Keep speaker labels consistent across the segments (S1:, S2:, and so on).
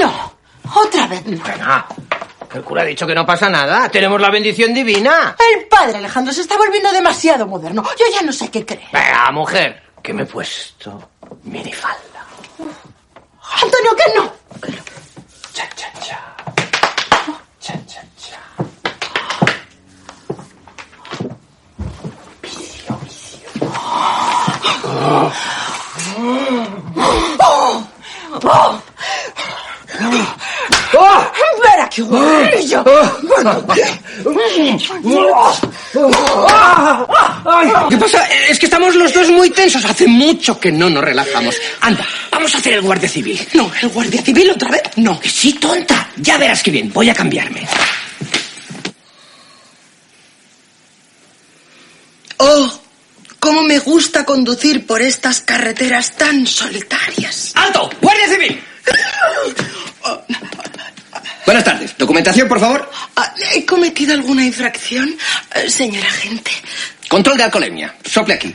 S1: No, otra vez no.
S2: Venga, el cura ha dicho que no pasa nada. Tenemos la bendición divina.
S1: El padre Alejandro se está volviendo demasiado moderno. Yo ya no sé qué creer.
S2: Venga, mujer, que me he puesto minifalda.
S1: Antonio, que no.
S2: Cha, cha, cha. Cha, cha, cha.
S1: Ver aquí, guarrillo.
S2: ¿Qué pasa? Es que estamos los dos muy tensos. Hace mucho que no nos relajamos. Anda, vamos a hacer el guardia civil. No, el guardia civil otra vez. No, que sí, tonta. Ya verás que bien. Voy a cambiarme.
S3: Oh, cómo me gusta conducir por estas carreteras tan solitarias.
S2: ¡Alto! ¡Guardia civil! Buenas tardes. Documentación, por favor.
S3: Ah, ¿He cometido alguna infracción, eh, señor agente?
S2: Control de alcoholemia. Sople aquí.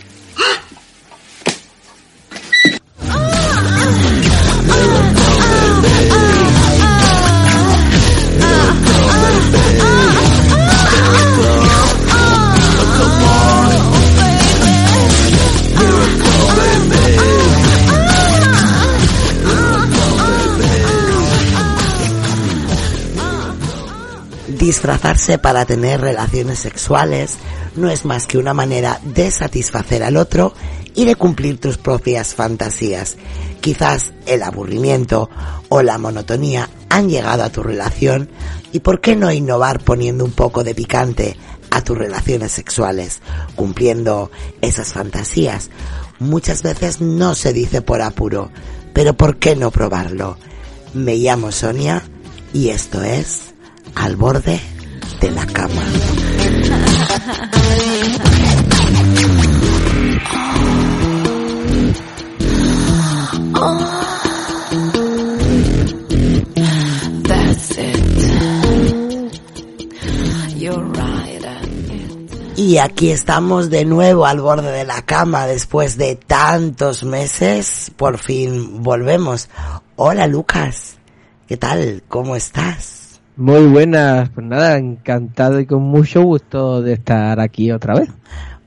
S4: Disfrazarse para tener relaciones sexuales no es más que una manera de satisfacer al otro y de cumplir tus propias fantasías. Quizás el aburrimiento o la monotonía han llegado a tu relación y por qué no innovar poniendo un poco de picante a tus relaciones sexuales, cumpliendo esas fantasías. Muchas veces no se dice por apuro, pero ¿por qué no probarlo? Me llamo Sonia y esto es al borde de la cama.
S5: That's it. You're right. and
S4: Y aquí estamos de nuevo al borde de la cama después de tantos meses. Por fin volvemos. Hola Lucas, ¿qué tal? ¿Cómo estás?
S6: Muy buenas, pues nada, encantado y con mucho gusto de estar aquí otra vez.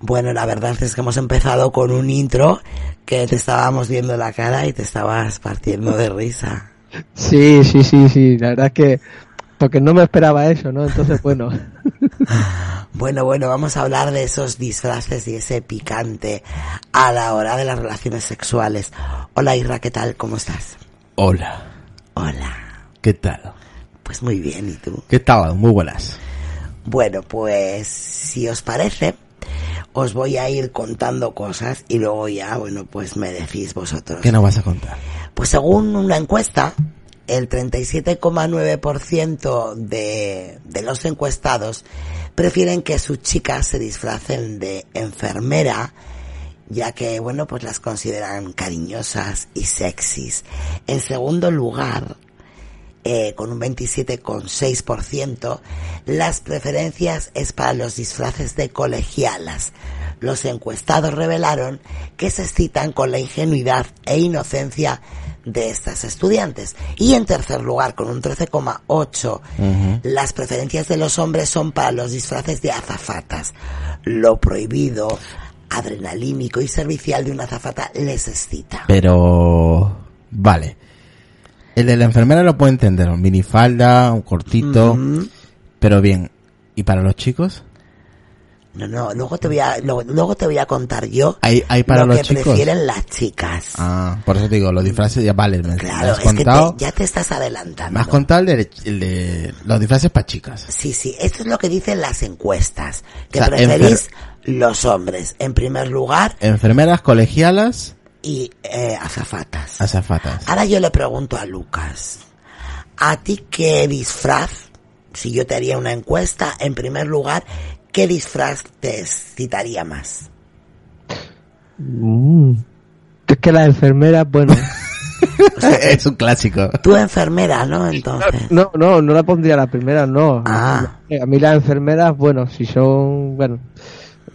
S4: Bueno, la verdad es que hemos empezado con un intro que te estábamos viendo la cara y te estabas partiendo de risa.
S6: Sí, sí, sí, sí, la verdad es que porque no me esperaba eso, ¿no? Entonces, bueno,
S4: Bueno, bueno, vamos a hablar de esos disfraces y ese picante a la hora de las relaciones sexuales. Hola Irra, ¿qué tal? ¿Cómo estás?
S7: Hola,
S4: Hola.
S7: ¿qué tal?
S4: Pues muy bien, ¿y tú?
S7: ¿Qué tal? Muy buenas.
S4: Bueno, pues si os parece, os voy a ir contando cosas y luego ya, bueno, pues me decís vosotros.
S7: ¿Qué nos vas a contar?
S4: Pues según una encuesta, el 37,9% de, de los encuestados prefieren que sus chicas se disfracen de enfermera, ya que, bueno, pues las consideran cariñosas y sexys. En segundo lugar, eh, con un 27,6%, las preferencias es para los disfraces de colegialas. Los encuestados revelaron que se excitan con la ingenuidad e inocencia de estas estudiantes. Y en tercer lugar, con un 13,8, las preferencias de los hombres son para los disfraces de azafatas. Lo prohibido, adrenalínico y servicial de una azafata les excita.
S7: Pero... Vale. El de la enfermera lo puedo entender, un minifalda, un cortito, pero bien. ¿Y para los chicos?
S4: No, no, luego te voy a, luego, luego te voy a contar yo
S7: ¿Hay, hay para
S4: lo
S7: los
S4: que
S7: chicos?
S4: prefieren las chicas.
S7: Ah, por eso te digo, los disfraces ya vale, me, me
S4: claro,
S7: has
S4: es que
S7: contado.
S4: te- ya te estás adelantando.
S7: Me has contado el de, el de los disfraces para chicas.
S4: Sí, sí, esto es lo que dicen las encuestas, que
S7: O sea,
S4: preferís los hombres, en primer lugar,
S7: Enfermeras, colegialas,
S4: y eh, azafatas.
S7: azafatas.
S4: Ahora yo le pregunto a Lucas, ¿a ti qué disfraz si yo te haría una encuesta, en primer lugar, ¿qué disfraz te excitaría más?
S6: Mm. Es que las enfermeras, bueno.
S7: es un clásico.
S4: Tú enfermera, ¿no? Entonces.
S6: No, no, no la pondría la primera, no.
S4: Ah.
S6: A mí las enfermeras, bueno, si son. Bueno.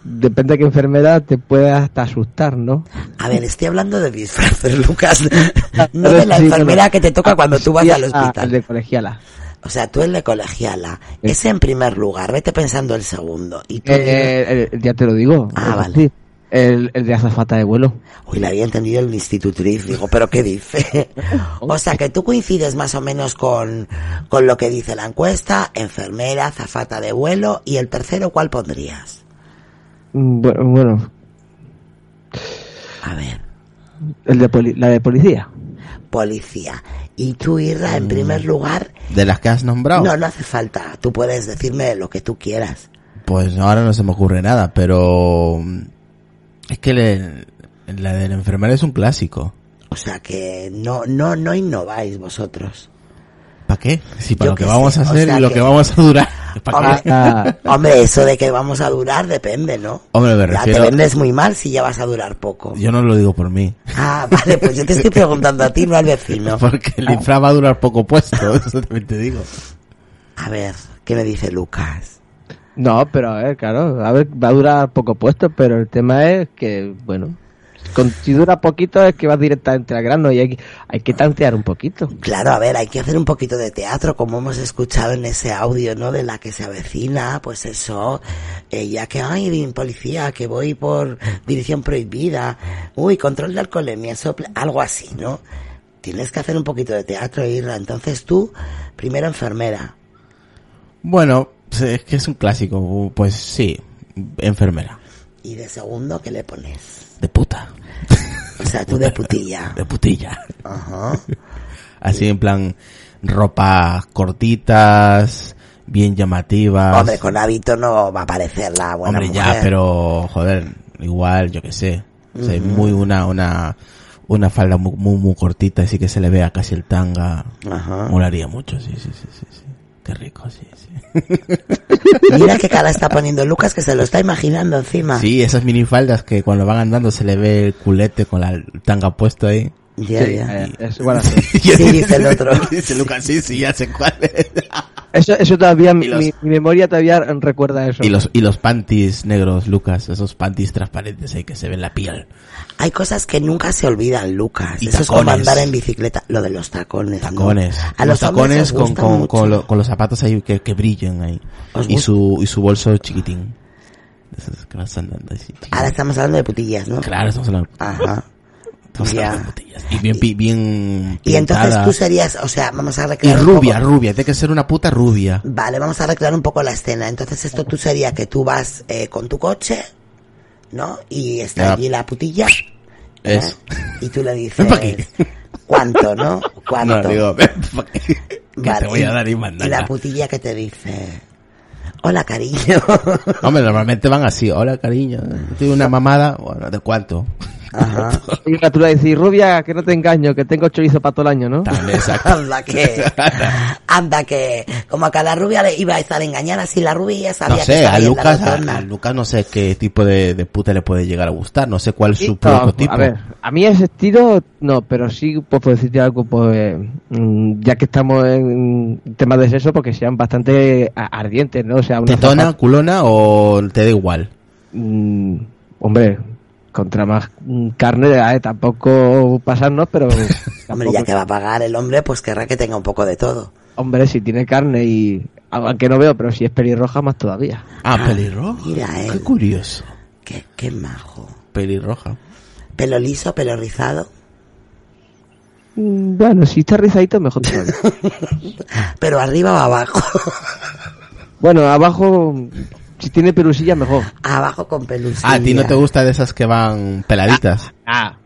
S6: Depende de qué enfermedad te puede hasta asustar, ¿no?
S4: A ver, estoy hablando de disfraces, Lucas. No de la
S6: Sí, bueno.
S4: enfermera que te toca cuando tú vas al
S6: Ah, el
S4: hospital.
S6: de colegiala.
S4: O sea, tú el de colegiala. Ese en primer lugar. Vete pensando el segundo. Y tú.
S6: Eh, el- ya te lo digo.
S4: Ah,
S6: es
S4: vale.
S6: decir, El, el de azafata de vuelo.
S4: Uy, la había entendido el institutriz. Digo, ¿pero qué dice? o sea, que tú coincides más o menos con, con lo que dice la encuesta, enfermera, zafata de vuelo. ¿Y el tercero cuál pondrías?
S6: Mm, Bueno, bueno,
S4: A ver,
S6: el de poli- la de policía.
S4: policía. Y tú, Irra,
S6: Mm.
S4: en primer lugar.
S7: ¿De las que has nombrado?
S4: No, no hace falta. Tú puedes decirme lo que tú quieras.
S7: Pues ahora no se me ocurre nada, pero... mm, Es que le- la del enfermero es un clásico.
S4: O sea, que no, no, no innováis vosotros.
S7: ¿Para qué? Si para
S4: Yo
S7: lo que
S4: qué
S7: vamos
S4: sé,
S7: a
S4: o
S7: hacer
S4: sea
S7: y lo
S4: que-
S7: que... vamos a durar. ¿Para
S4: Hombre,
S7: qué?
S6: Ah,
S4: hombre, eso de que vamos a durar depende, ¿no?
S7: Hombre,
S4: Ya
S7: me refiero-
S4: te vendes muy mal si ya vas a durar poco.
S7: Yo no lo digo por mí.
S4: Ah, vale, pues yo te estoy preguntando a ti, no al vecino.
S7: Porque el disfraz va a durar poco puesto, eso también te digo.
S4: A ver, ¿qué me dice Lucas?
S6: no, pero a ver, claro, a ver, va a durar poco puesto, pero el tema es que, bueno, con, si dura poquito es que vas directamente al grano y hay, que- hay que tantear un poquito.
S4: Claro, a ver, hay que hacer un poquito de teatro, como hemos escuchado en ese audio, ¿no? De la que se avecina, pues eso, eh, ya que, ay, policía, que voy por dirección prohibida, uy, control de alcoholemia, sopla, algo así, ¿no? Tienes que hacer un poquito de teatro, Irra. Entonces tú, primero enfermera.
S7: Bueno, pues es que es un clásico. Pues sí, enfermera.
S4: Y de segundo, ¿qué le pones?
S7: De puta.
S4: O sea, tú de putilla.
S7: De putilla. Ah,
S4: Ajá.
S7: Así en plan, ropas cortitas, bien llamativas.
S4: Hombre, con hábito no va a aparecer la buena
S7: Hombre,
S4: mujer.
S7: ya, pero joder, igual, yo qué sé. O sea, muy una, una, una falda muy, muy, muy cortita, así que se le vea casi el tanga.
S4: Ajá.
S7: Molaría mucho, sí, sí, sí, sí, sí. Qué rico, sí, sí.
S4: Mira qué cara está poniendo Lucas, que se lo está imaginando encima.
S7: Sí, esas minifaldas que cuando van andando se le ve el culete con la tanga puesto ahí.
S4: Ya,
S6: Sí,
S4: ya.
S6: eh, es- bueno, sí.
S4: Sí, dice el otro.
S7: Dice Lucas, sí, sí, ya sé cuál es.
S6: Eso, eso todavía, mi,
S7: los-
S6: mi- mi memoria todavía recuerda eso.
S7: Y los, y los panties negros, Lucas, esos panties transparentes ahí que se ven la piel.
S4: Hay cosas que nunca se olvidan, Lucas.
S7: Y
S4: Eso es como
S7: tacones.
S4: andar en bicicleta. Lo de los tacones. ¿no?
S7: Tacones.
S4: A los,
S7: los
S4: hombres
S7: tacones
S4: les
S7: con,
S4: gusta
S7: con,
S4: mucho.
S7: con, lo- con los zapatos ahí que, que brillan ahí.
S4: Os
S7: Y
S4: gusta.
S7: su, y su bolso chiquitín. De esos que vas andando así, chiquitín.
S4: Ahora estamos hablando Ah, de putillas, ¿no?
S7: Claro, estamos hablando,
S4: Ajá.
S7: estamos
S4: Ya.
S7: hablando de botellas. Y bien, pi- bien
S4: Y entonces
S7: pintada.
S4: tú serías, o sea, vamos a
S7: Y
S4: recrear. un
S7: rubia,
S4: poco-
S7: rubia. Tiene que ser una puta rubia.
S4: Vale, vamos a recrear un poco la escena. Entonces esto tú sería que tú vas eh, con tu coche, ¿no? Y está
S7: Ya.
S4: allí la putilla. ¿eh?
S7: Es.
S4: Y tú le dices,
S7: pa' aquí.
S4: ¿cuánto, no? ¿Cuánto?
S7: No, digo, que te
S4: Vale,
S7: voy a
S4: y-
S7: dar y
S4: Y la
S7: mandar.
S4: putilla que te dice, hola cariño.
S7: Hombre, normalmente van así. Hola, cariño. Tiene una mamada. Bueno, ¿de cuánto?
S4: Ajá.
S6: Y tú le decís, rubia, que no te engaño, que tengo chorizo para todo el año, ¿no?
S7: También, exacto.
S4: Anda que, anda que, como que a la rubia le iba a estar engañada, si la rubia ya sabía
S7: No
S4: que
S7: sé,
S4: estaba
S7: a
S4: ahí en la
S7: Lucas, a,
S4: rotonda.
S7: a Lucas no sé qué tipo de, de puta le puede llegar a gustar, no sé cuál es su
S6: Sí, no,
S7: prototipo.
S6: A ver, a mí ese estilo no, pero sí pues, puedo decirte algo, pues eh, mm, ya que estamos en temas de sexo, porque sean bastante a- ardientes, ¿no? O sea, una
S7: ¿Tetona,
S6: zapa-
S7: culona o te da igual?
S6: Mm, hombre, contra más mm, carne, eh, tampoco pasarnos, pero...
S4: Hombre,
S6: tampoco-
S4: ya que va a pagar el hombre, pues querrá que tenga un poco de todo.
S6: Hombre, si tiene carne y... Aunque no veo, pero si es pelirroja, más todavía.
S7: Ah, pelirroja.
S4: mira, eh.
S7: Qué curioso.
S4: Qué, qué majo.
S7: Pelirroja.
S4: Pelo liso, pelo rizado.
S6: Mm, Bueno, si está rizadito, mejor todavía.
S4: Pero arriba o abajo.
S6: bueno, abajo, si tiene pelusilla, mejor.
S4: abajo con pelusilla.
S7: Ah, a ti no te gusta de esas que van peladitas.
S6: Ah,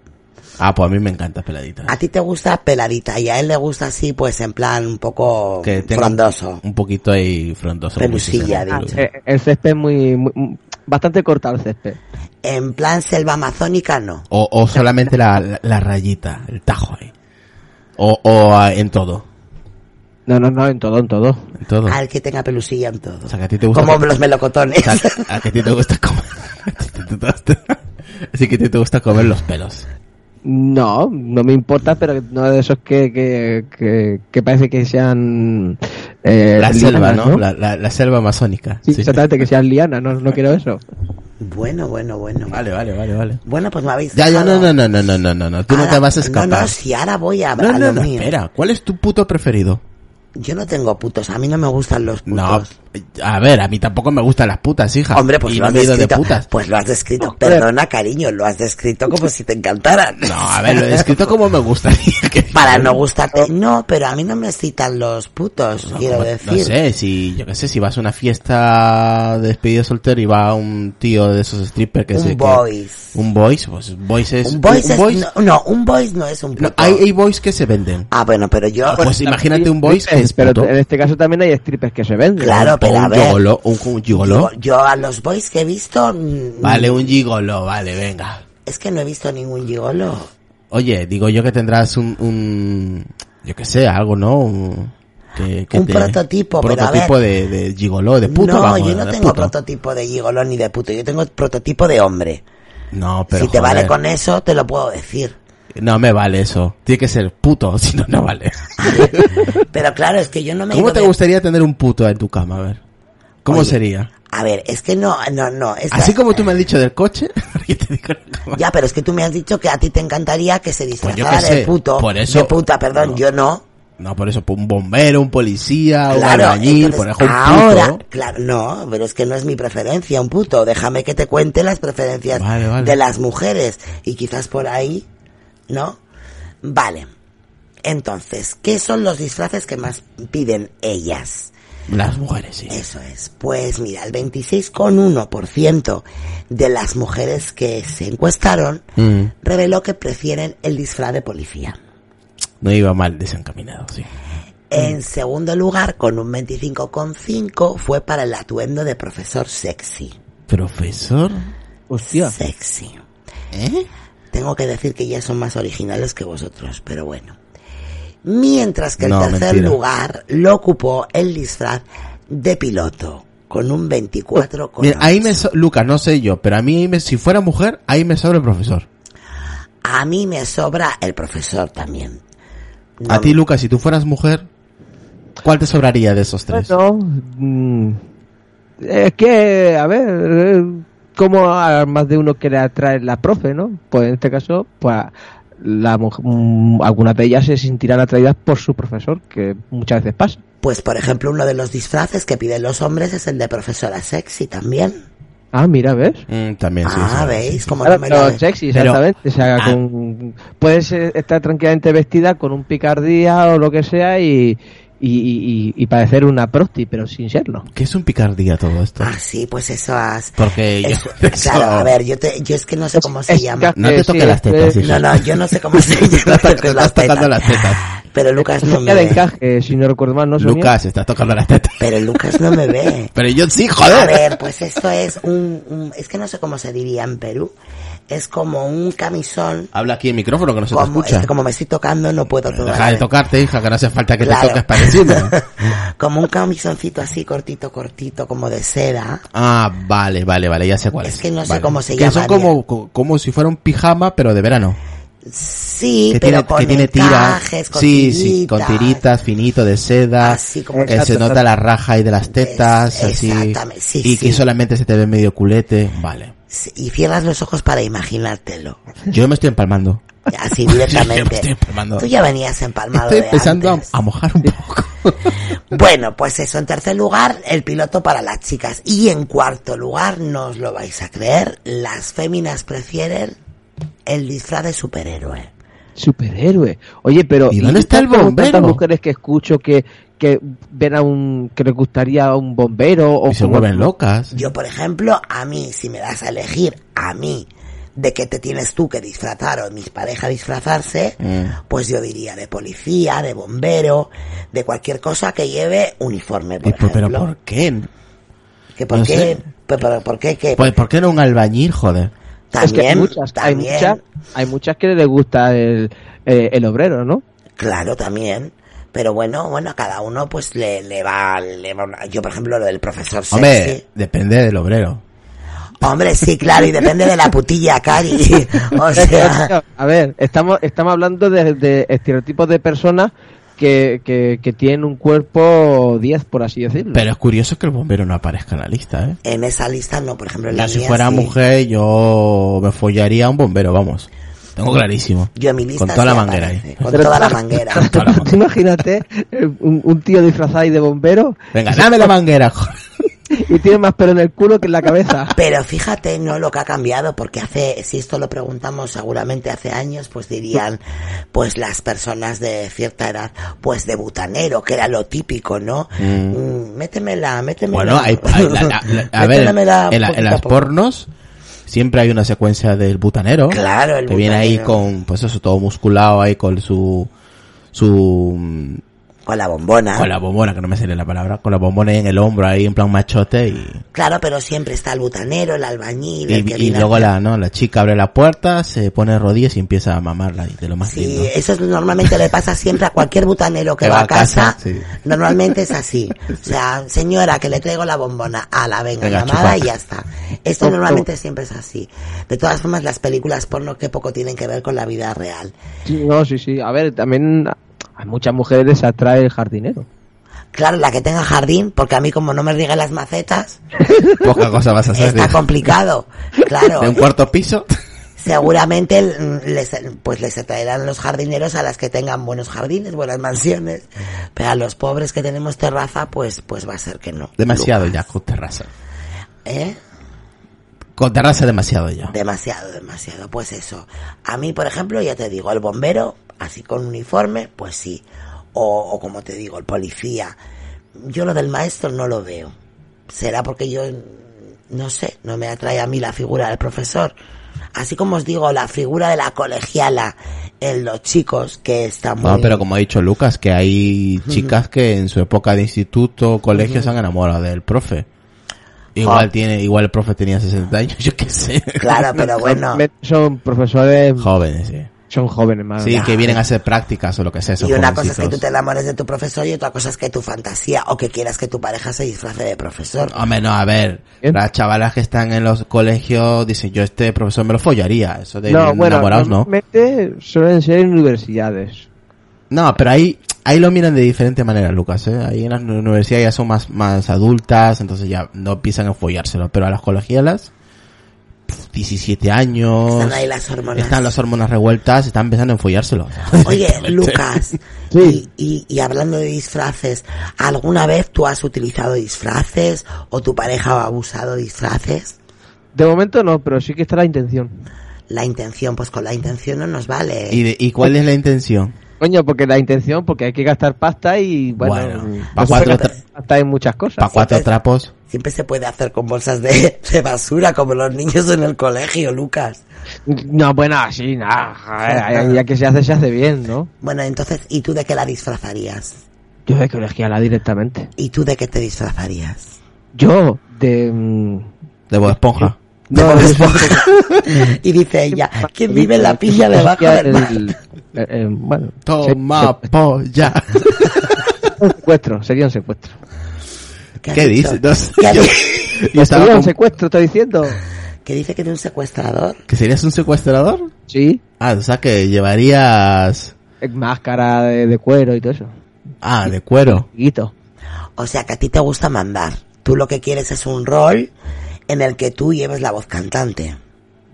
S7: Ah, pues a mí me encantan peladitas.
S4: A ti te gusta peladita y a él le gusta así, pues en plan un poco
S7: Que tenga
S4: frondoso.
S7: Un poquito ahí frondoso. como dices,
S4: Pelusilla,
S7: ¿no?
S4: dicho.
S6: Eh, el césped muy, muy- muy- bastante cortado el césped.
S4: En plan selva amazónica, no.
S7: O, o solamente la, la- la rayita, el tajo ahí. O, o ah, en todo.
S6: No, no, no, en todo, en todo.
S7: En todo.
S4: Al que tenga pelusilla en todo.
S7: O sea, que a ti te Ah. gusta
S4: Como
S7: que-
S4: los melocotones.
S7: O sea, a que a ti te gusta comer. Así que a ti te gusta comer los pelos.
S6: No, no me importa, pero no de esos que, que, que, que parece que sean... eh,
S7: La selva,
S6: lianas,
S7: ¿no? La, la- la selva amazónica.
S6: Sí,
S7: Sí.
S6: exactamente, que sean lianas, no, no quiero eso.
S4: bueno, bueno, bueno.
S7: Vale, vale, vale, vale.
S4: Bueno, pues me habéis
S7: Ya, ya, no,
S4: dejado.
S7: no, no, no, no, no, no, no. Tú no
S4: Ahora-
S7: te vas a escapar.
S4: No, no, si ahora voy a,
S7: No,
S4: a
S7: no,
S4: lo
S7: no,
S4: mío.
S7: espera. ¿Cuál es tu puto preferido?
S4: Yo no tengo putos, a mí no me gustan los
S7: No,
S4: putos.
S7: a ver, a mí tampoco me gustan las putas, hija.
S4: Hombre, pues
S7: y
S4: lo
S7: no
S4: has
S7: me he ido de
S4: descrito.
S7: putas.
S4: Pues lo has descrito.
S6: Hombre.
S4: Perdona, cariño, lo has descrito como si te encantaran.
S7: No, a ver, lo he escrito como me gusta.
S4: Para no gustarte. No, pero a mí no me excitan los putos, quiero
S7: Como-
S4: decir.
S7: No sé, si, yo qué sé, si vas a una fiesta de despedida de soltero y va un tío de esos strippers que
S4: Un
S7: se... que-
S4: boys.
S7: un boys, pues boys es...
S4: Un boys
S7: un
S4: es-
S7: boys-
S4: no, no, un boys no es un puto.
S7: no, hay, hay boys que se venden.
S4: Ah, bueno, pero yo...
S7: pues imagínate un boys
S6: Strippers,
S7: que es
S6: Pero
S7: puto.
S6: en este caso también hay strippers que se venden.
S4: Claro.
S7: O
S4: pero a
S7: un
S4: ver.
S7: gigolo, un, un gigolo.
S4: yo, yo a los boys que he visto... mm,
S7: Vale, un gigolo, vale, venga.
S4: Es que no he visto ningún gigolo.
S7: Oye, digo yo que tendrás un, un yo qué sé, algo, ¿no? Un, que- que
S4: Un prototipo, pero a
S7: prototipo
S4: ver.
S7: de, de gigoló, de puto,
S4: no,
S7: vamos,
S4: yo no
S7: de
S4: tengo
S7: puto.
S4: prototipo de gigolo ni de puto. Yo tengo prototipo de hombre.
S7: No, pero
S4: si te vale
S7: joder,
S4: con eso, te lo puedo decir.
S7: No me vale eso. Tiene que ser puto, si no, no vale.
S4: Pero claro, es que yo no me...
S7: ¿Cómo
S4: digo
S7: te
S4: de-
S7: gustaría tener un puto en tu cama? A ver. ¿Cómo
S4: Oye,
S7: sería?
S4: A ver, es que no, no, no. es que-
S7: Así como tú me has dicho del coche, yo te digo la cama.
S4: Ya, pero es que tú me has dicho que a ti te encantaría que se
S7: Pues yo qué
S4: disfrazara de
S7: sé,
S4: puto.
S7: por eso-
S4: De puta, perdón,
S7: no.
S4: yo no.
S7: No, por eso, un bombero, un policía,
S4: Claro,
S7: un albañil,
S4: entonces,
S7: por ejemplo, un
S4: ahora,
S7: puto.
S4: claro, no, pero es que no es mi preferencia, un puto. Déjame que te cuente las preferencias
S7: Vale, vale.
S4: de las mujeres y quizás por ahí, ¿no? Vale. Entonces, ¿qué son los disfraces que más piden ellas?
S7: Las mujeres, sí.
S4: Eso es. Pues mira, el 26,1% de las mujeres que se encuestaron
S7: Mm,
S4: reveló que prefieren el disfraz de policía.
S7: no iba mal desencaminado, sí.
S4: En segundo lugar, con un 25,5 fue para el atuendo de profesor sexy.
S7: Profesor.
S6: Hostia.
S4: Sexy.
S7: ¿Eh?
S4: Tengo que decir que ya son más originales que vosotros, pero bueno. Mientras que el
S7: No,
S4: tercer
S7: mentira.
S4: lugar lo ocupó el disfraz de piloto, con un 24,8.
S7: Mira, ahí me so- Lucas, no sé yo, pero a mí ahí me- si fuera mujer, ahí me sobra el profesor.
S4: A mí me sobra el profesor también. No
S7: A ti, Lucas, si tú fueras mujer, ¿cuál te sobraría de esos tres?
S6: Bueno, mm, es que, a ver, eh, como a más de uno que le atrae la profe, ¿no? Pues en este caso, pues la, muj- mm, algunas de ellas se sentirán atraídas por su profesor, que muchas veces pasa.
S4: Pues por ejemplo, uno de los disfraces que piden los hombres es el de profesora sexy también.
S6: Ah, mira, ¿ves?
S7: Mm, también, sí.
S4: ah,
S7: sí, sí,
S4: veis,
S7: sí.
S4: como
S6: Claro,
S4: no me lo...
S6: pero sexy,
S7: Pero-
S6: exactamente. o sea,
S7: Ah.
S6: con- puedes eh, estar tranquilamente vestida con un picardía o lo que sea y, y, y- y parecer una prosti, pero sin serlo.
S7: ¿Qué es un picardía todo esto?
S4: Ah, sí, pues eso has...
S7: Porque yo-
S4: eso-
S7: eso-
S4: claro, a ver, yo, te, yo es que no sé cómo se
S6: Es-
S4: llama.
S7: No te
S6: eh,
S7: toques
S6: sí,
S7: las tetas,
S6: eh,
S7: hija.
S4: No, no, yo no sé cómo se llama.
S7: Estás
S4: pero las
S7: tocando
S4: tetas.
S7: las tetas.
S4: Pero Lucas no me
S6: de
S4: ve.
S6: encaje, si no recuerdo mal, ¿no, Sonia?
S7: Lucas, estás tocando las tetas.
S4: Pero Lucas no me ve.
S7: Pero yo sí,
S4: A
S7: joder.
S4: ver, pues esto es un, un- Es que no sé cómo se diría en Perú. Es como un camisón.
S7: Habla aquí en micrófono que no se te
S4: Como,
S7: escucha.
S4: es que como me estoy tocando, no puedo
S7: Deja de
S4: tocar.
S7: tocarte, hija, que no hace falta que
S4: Claro.
S7: te toques parecido.
S4: como un camisoncito así cortito, cortito, como de seda.
S7: Ah, vale, vale, vale, ya sé cuál es.
S4: Es que no sé
S7: Vale.
S4: cómo se
S7: Que son
S4: llama,
S7: como, co- como si fuera un pijama, pero de verano.
S4: Sí,
S7: que
S4: pero
S7: tiene,
S4: con
S7: que tiene tira,
S4: encajes, con
S7: sí, sí, con
S4: tiritas.
S7: tiritas, finito de seda,
S4: Así como
S7: que se
S6: Exacto,
S7: nota
S6: exacto.
S7: la raja ahí de las tetas, así,
S4: exactamente, sí,
S7: y que
S4: sí.
S7: solamente se te ve medio culete, vale.
S4: Sí, Y cierras los ojos para imaginártelo.
S7: Yo me estoy empalmando,
S4: Así
S7: Ya me estoy
S4: directamente.
S7: empalmando.
S4: Tú ya venías empalmado
S7: estoy
S4: de
S7: empezando a,
S4: antes.
S7: a mojar un poco.
S4: Bueno, pues eso, en tercer lugar, el piloto para las chicas. Y en cuarto lugar, no os lo vais a creer, las féminas prefieren el disfraz de superhéroe.
S6: Superhéroe. Oye, pero.
S7: ¿Y dónde está el
S6: tantas-
S7: bombero?
S6: tantas mujeres que escucho que, que ven a un. que les gustaría un bombero o.
S7: y se
S6: como-
S7: vuelven locas.
S4: Yo, por ejemplo, a mí, si me das a elegir, a mí, de qué te tienes tú que disfrazar o mis parejas disfrazarse,
S7: Mm.
S4: pues yo diría de policía, de bombero, de cualquier cosa que lleve uniforme, por
S7: Y por- pero
S4: ejemplo. Eh,
S7: ¿por qué?
S4: ¿Que por
S7: no
S4: qué?
S7: sé.
S4: Pe- pero ¿Por qué? ¿Qué?
S7: Pues, ¿por qué no un albañil, joder?
S6: Es que
S4: también,
S6: hay muchas, hay
S4: también,
S6: muchas, hay muchas que les gusta el, eh, el obrero, ¿no?
S4: Claro, también. Pero bueno, bueno, a cada uno pues le, le va, le va una- Yo, por ejemplo, lo del profesor sexy.
S7: Hombre, depende del obrero.
S4: Hombre, sí, claro, y depende de la putilla, Cari. O sea,
S6: A ver, estamos, estamos hablando de, de estereotipos de personas que, que, que tienen un cuerpo 10, por así decirlo.
S7: Pero es curioso que el bombero no aparezca en la lista, ¿eh?
S4: en esa lista no, por ejemplo, en la
S7: Ya, si
S4: mía
S7: fuera
S4: sí.
S7: mujer, yo me follaría a un bombero, vamos. Tengo clarísimo.
S4: Yo en mi lista
S7: Con toda
S4: sí
S7: la manguera ¿eh?
S4: aparece,
S7: ahí.
S4: Con
S6: Pero
S4: toda
S6: tú-
S4: la manguera.
S7: Con toda la manguera.
S6: Imagínate eh, un, un tío disfrazado ahí de bombero
S7: Venga, dame la manguera. joder.
S6: y tiene más pelo en el culo que en la cabeza.
S4: Pero fíjate, no lo que ha cambiado, porque hace, si esto lo preguntamos seguramente hace años, pues dirían, pues las personas de cierta edad, pues de butanero, que era lo típico, ¿no? Mm, métemela, métemela.
S7: Bueno, hay, hay la- la- la- a ver, en,
S4: Métemela
S7: la- en
S4: poquito a
S7: las
S4: poco.
S7: pornos siempre hay una secuencia del butanero.
S4: Claro, el
S7: Que viene ahí
S4: butanero.
S7: con, pues eso, todo musculado ahí con su, su,
S4: Con la bombona.
S7: con la bombona, que no me sale la palabra, con la bombona ahí en el hombro ahí en plan machote y,
S4: Claro, pero siempre está el butanero, el albañil, el
S7: y,
S4: que
S7: y
S4: viene
S7: luego
S4: a-
S7: la, ¿no? la chica abre la puerta, se pone de rodillas y empieza a mamarla y de lo más lindo.
S4: Sí, eso es- normalmente le pasa siempre a cualquier butanero que va a casa.
S7: sí.
S4: Normalmente es así. O sea, señora, que le traigo la bombona. A la venga,
S7: Venga,
S4: llamada
S7: chupa.
S4: y ya está. Esto normalmente siempre es así. De todas formas, las películas porno que poco tienen que ver con la vida real.
S6: Sí, no, sí, sí. A ver, también a muchas mujeres les atrae el jardinero.
S4: Claro, la que tenga jardín, porque a mí como no me riegan las macetas,
S7: Poca cosa vas a hacer.
S4: está
S7: de-
S4: complicado. Claro.
S7: de un cuarto piso.
S4: seguramente mm, les, pues les atraerán los jardineros a las que tengan buenos jardines, buenas mansiones, pero a los pobres que tenemos terraza, pues, pues va a ser que no.
S7: Demasiado ya, con terraza.
S4: ¿Eh?
S7: Con terraza demasiado ya.
S4: Demasiado, demasiado. Pues eso. A mí, por ejemplo, ya te digo, el bombero, así con uniforme, pues sí. O, o como te digo, el policía. Yo lo del maestro no lo veo. Será porque yo, mm, no sé, no me atrae a mí la figura del profesor. Así como os digo, la figura de la colegiala en los chicos, que está muy...
S7: No, Ah, pero como ha dicho Lucas, que hay chicas que en su época de instituto o colegio se han enamorado del profe. Igual
S4: Ah.
S7: tiene, igual el profe tenía 60 años, yo qué sé.
S4: Claro, pero bueno.
S6: Me- Son profesores,
S7: Jóvenes, sí.
S6: son jóvenes más.
S7: Sí, que vienen a hacer prácticas o lo que sea. esos
S4: Ah, Y una cosa es que tú
S7: jovencitos.
S4: te enamores de tu profesor y otra cosa es que tu fantasía o que quieras que tu pareja se disfrace de profesor.
S7: Hombre, no, a ver.
S6: ¿Eh?
S7: Las chavalas que están en los colegios dicen, yo este profesor me lo follaría. Eso de
S6: No, bueno,
S7: enamorados, no.
S6: normalmente suelen ser en universidades.
S7: No, pero ahí, ahí lo miran de diferente manera, Lucas. ¿eh? Ahí en las universidades ya son más, más adultas, entonces ya no piensan en follárselo. Pero a las colegialas, pf, 17 años.
S4: Están ahí las hormonas.
S7: Están las hormonas revueltas, están pensando en follárselo.
S4: Oye, Lucas,
S6: Sí.
S4: y, y- y hablando de disfraces, ¿alguna vez tú has utilizado disfraces o tu pareja ha abusado de disfraces?
S6: De momento no, pero sí que está la intención.
S4: La intención, pues con la intención no nos vale.
S7: ¿Y, de- ¿Y cuál es la intención?
S6: Coño, porque la intención, porque hay que gastar pasta y bueno, mm,
S7: Bueno,
S6: no
S7: pa'
S6: se
S7: cuatro
S6: puede
S7: tra-
S6: gastar pasta en muchas
S7: ¿Para
S6: cosas.
S7: cuatro
S4: pues.
S7: trapos?
S4: Siempre se puede hacer con bolsas de, de basura, como los niños en el colegio, Lucas.
S6: No, bueno, así, nada. joder, ahí Ya que se hace, se hace bien, ¿no?
S4: Bueno, entonces, ¿y tú de qué la disfrazarías?
S6: Yo de colegiala directamente.
S4: ¿Y tú de qué te disfrazarías?
S6: Yo, de... mm,
S7: De Bob Esponja.
S4: De
S6: No,
S4: Bob
S6: yo-
S4: Esponja. y dice ella, ¿quién vive en la pilla debajo del mar?
S6: el- el- el- bueno,
S7: Toma polla.
S6: sería un secuestro, sería un secuestro.
S4: has
S7: ¿Qué
S4: dicho?
S7: dices? No sé.
S4: ¿Qué has
S7: Yo-
S4: dicho?
S7: Yo estaba
S6: Sería un
S7: con-
S6: secuestro, estoy diciendo.
S4: ¿Que dice que de un secuestrador?
S7: ¿Que serías un secuestrador?
S6: Sí,
S7: Ah, o sea que llevarías...
S6: máscara de, de cuero y todo eso.
S7: Ah, de cuero.
S6: Guito.
S4: O sea, que a ti te gusta mandar. Tú lo que quieres es un rol en el que tú lleves la voz cantante.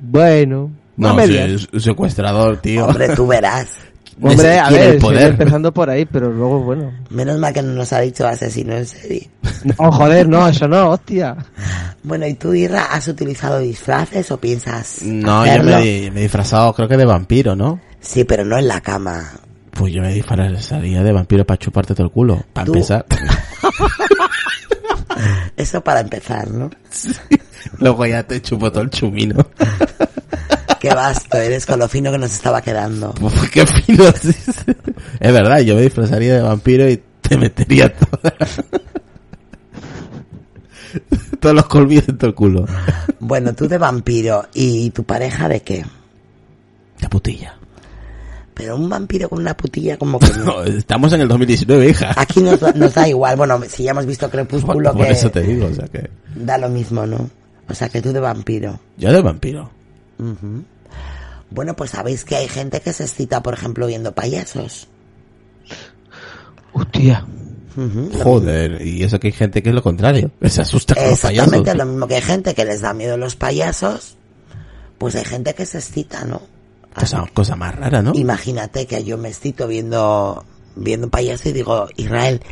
S6: Bueno, no,
S7: No,
S6: me
S7: sí,
S6: digas.
S7: es un secuestrador, tío.
S4: Hombre, tú verás.
S6: Hombre, a
S7: Quiere
S6: ver,
S7: el
S6: sigue
S7: poder.
S6: empezando por ahí, pero luego, bueno.
S4: Menos mal que no nos ha dicho asesino en serie.
S6: No, joder, no, eso no, hostia.
S4: Bueno, ¿y tú, Irra, has utilizado disfraces o piensas
S7: No, yo
S4: hacerlo?
S7: me, di- me he disfrazado, creo que de vampiro, ¿no?
S4: Sí, pero no en la cama.
S7: Pues yo me disfrazaría de vampiro para chuparte todo el culo. Para
S4: Tú-
S7: empezar.
S4: Eso para empezar, ¿no?
S7: Luego ya te chupo todo el chumino.
S4: Qué vasto eres con lo fino que nos estaba quedando.
S7: Pues, Qué fino es ese. Es verdad, yo me disfrazaría de vampiro y te metería toda... todos los colmillos en todo el culo.
S4: Bueno, tú de vampiro y tu pareja de qué?
S7: La putilla.
S4: Pero un vampiro con una putilla como que... no.
S7: No, estamos en el 2019, hija.
S4: Aquí nos, da- nos da igual. Bueno, si ya hemos visto
S7: Por,
S4: Crepúsculo
S7: por
S4: que
S7: eso te digo, o sea que...
S4: da lo mismo, ¿no? O sea, que tú de vampiro.
S7: Yo de vampiro.
S4: Ujú. Bueno, pues sabéis que hay gente que se excita, por ejemplo, viendo payasos.
S6: Hostia.
S4: Ujú.
S7: Joder, y eso que hay gente que es lo contrario. que Se asusta con los payasos.
S4: Exactamente lo mismo que hay gente que les da miedo los payasos, pues hay gente que se excita, ¿no?
S7: Cosa, cosa más rara, ¿no?
S4: Imagínate que yo me excito viendo viendo un payaso y digo, Israel,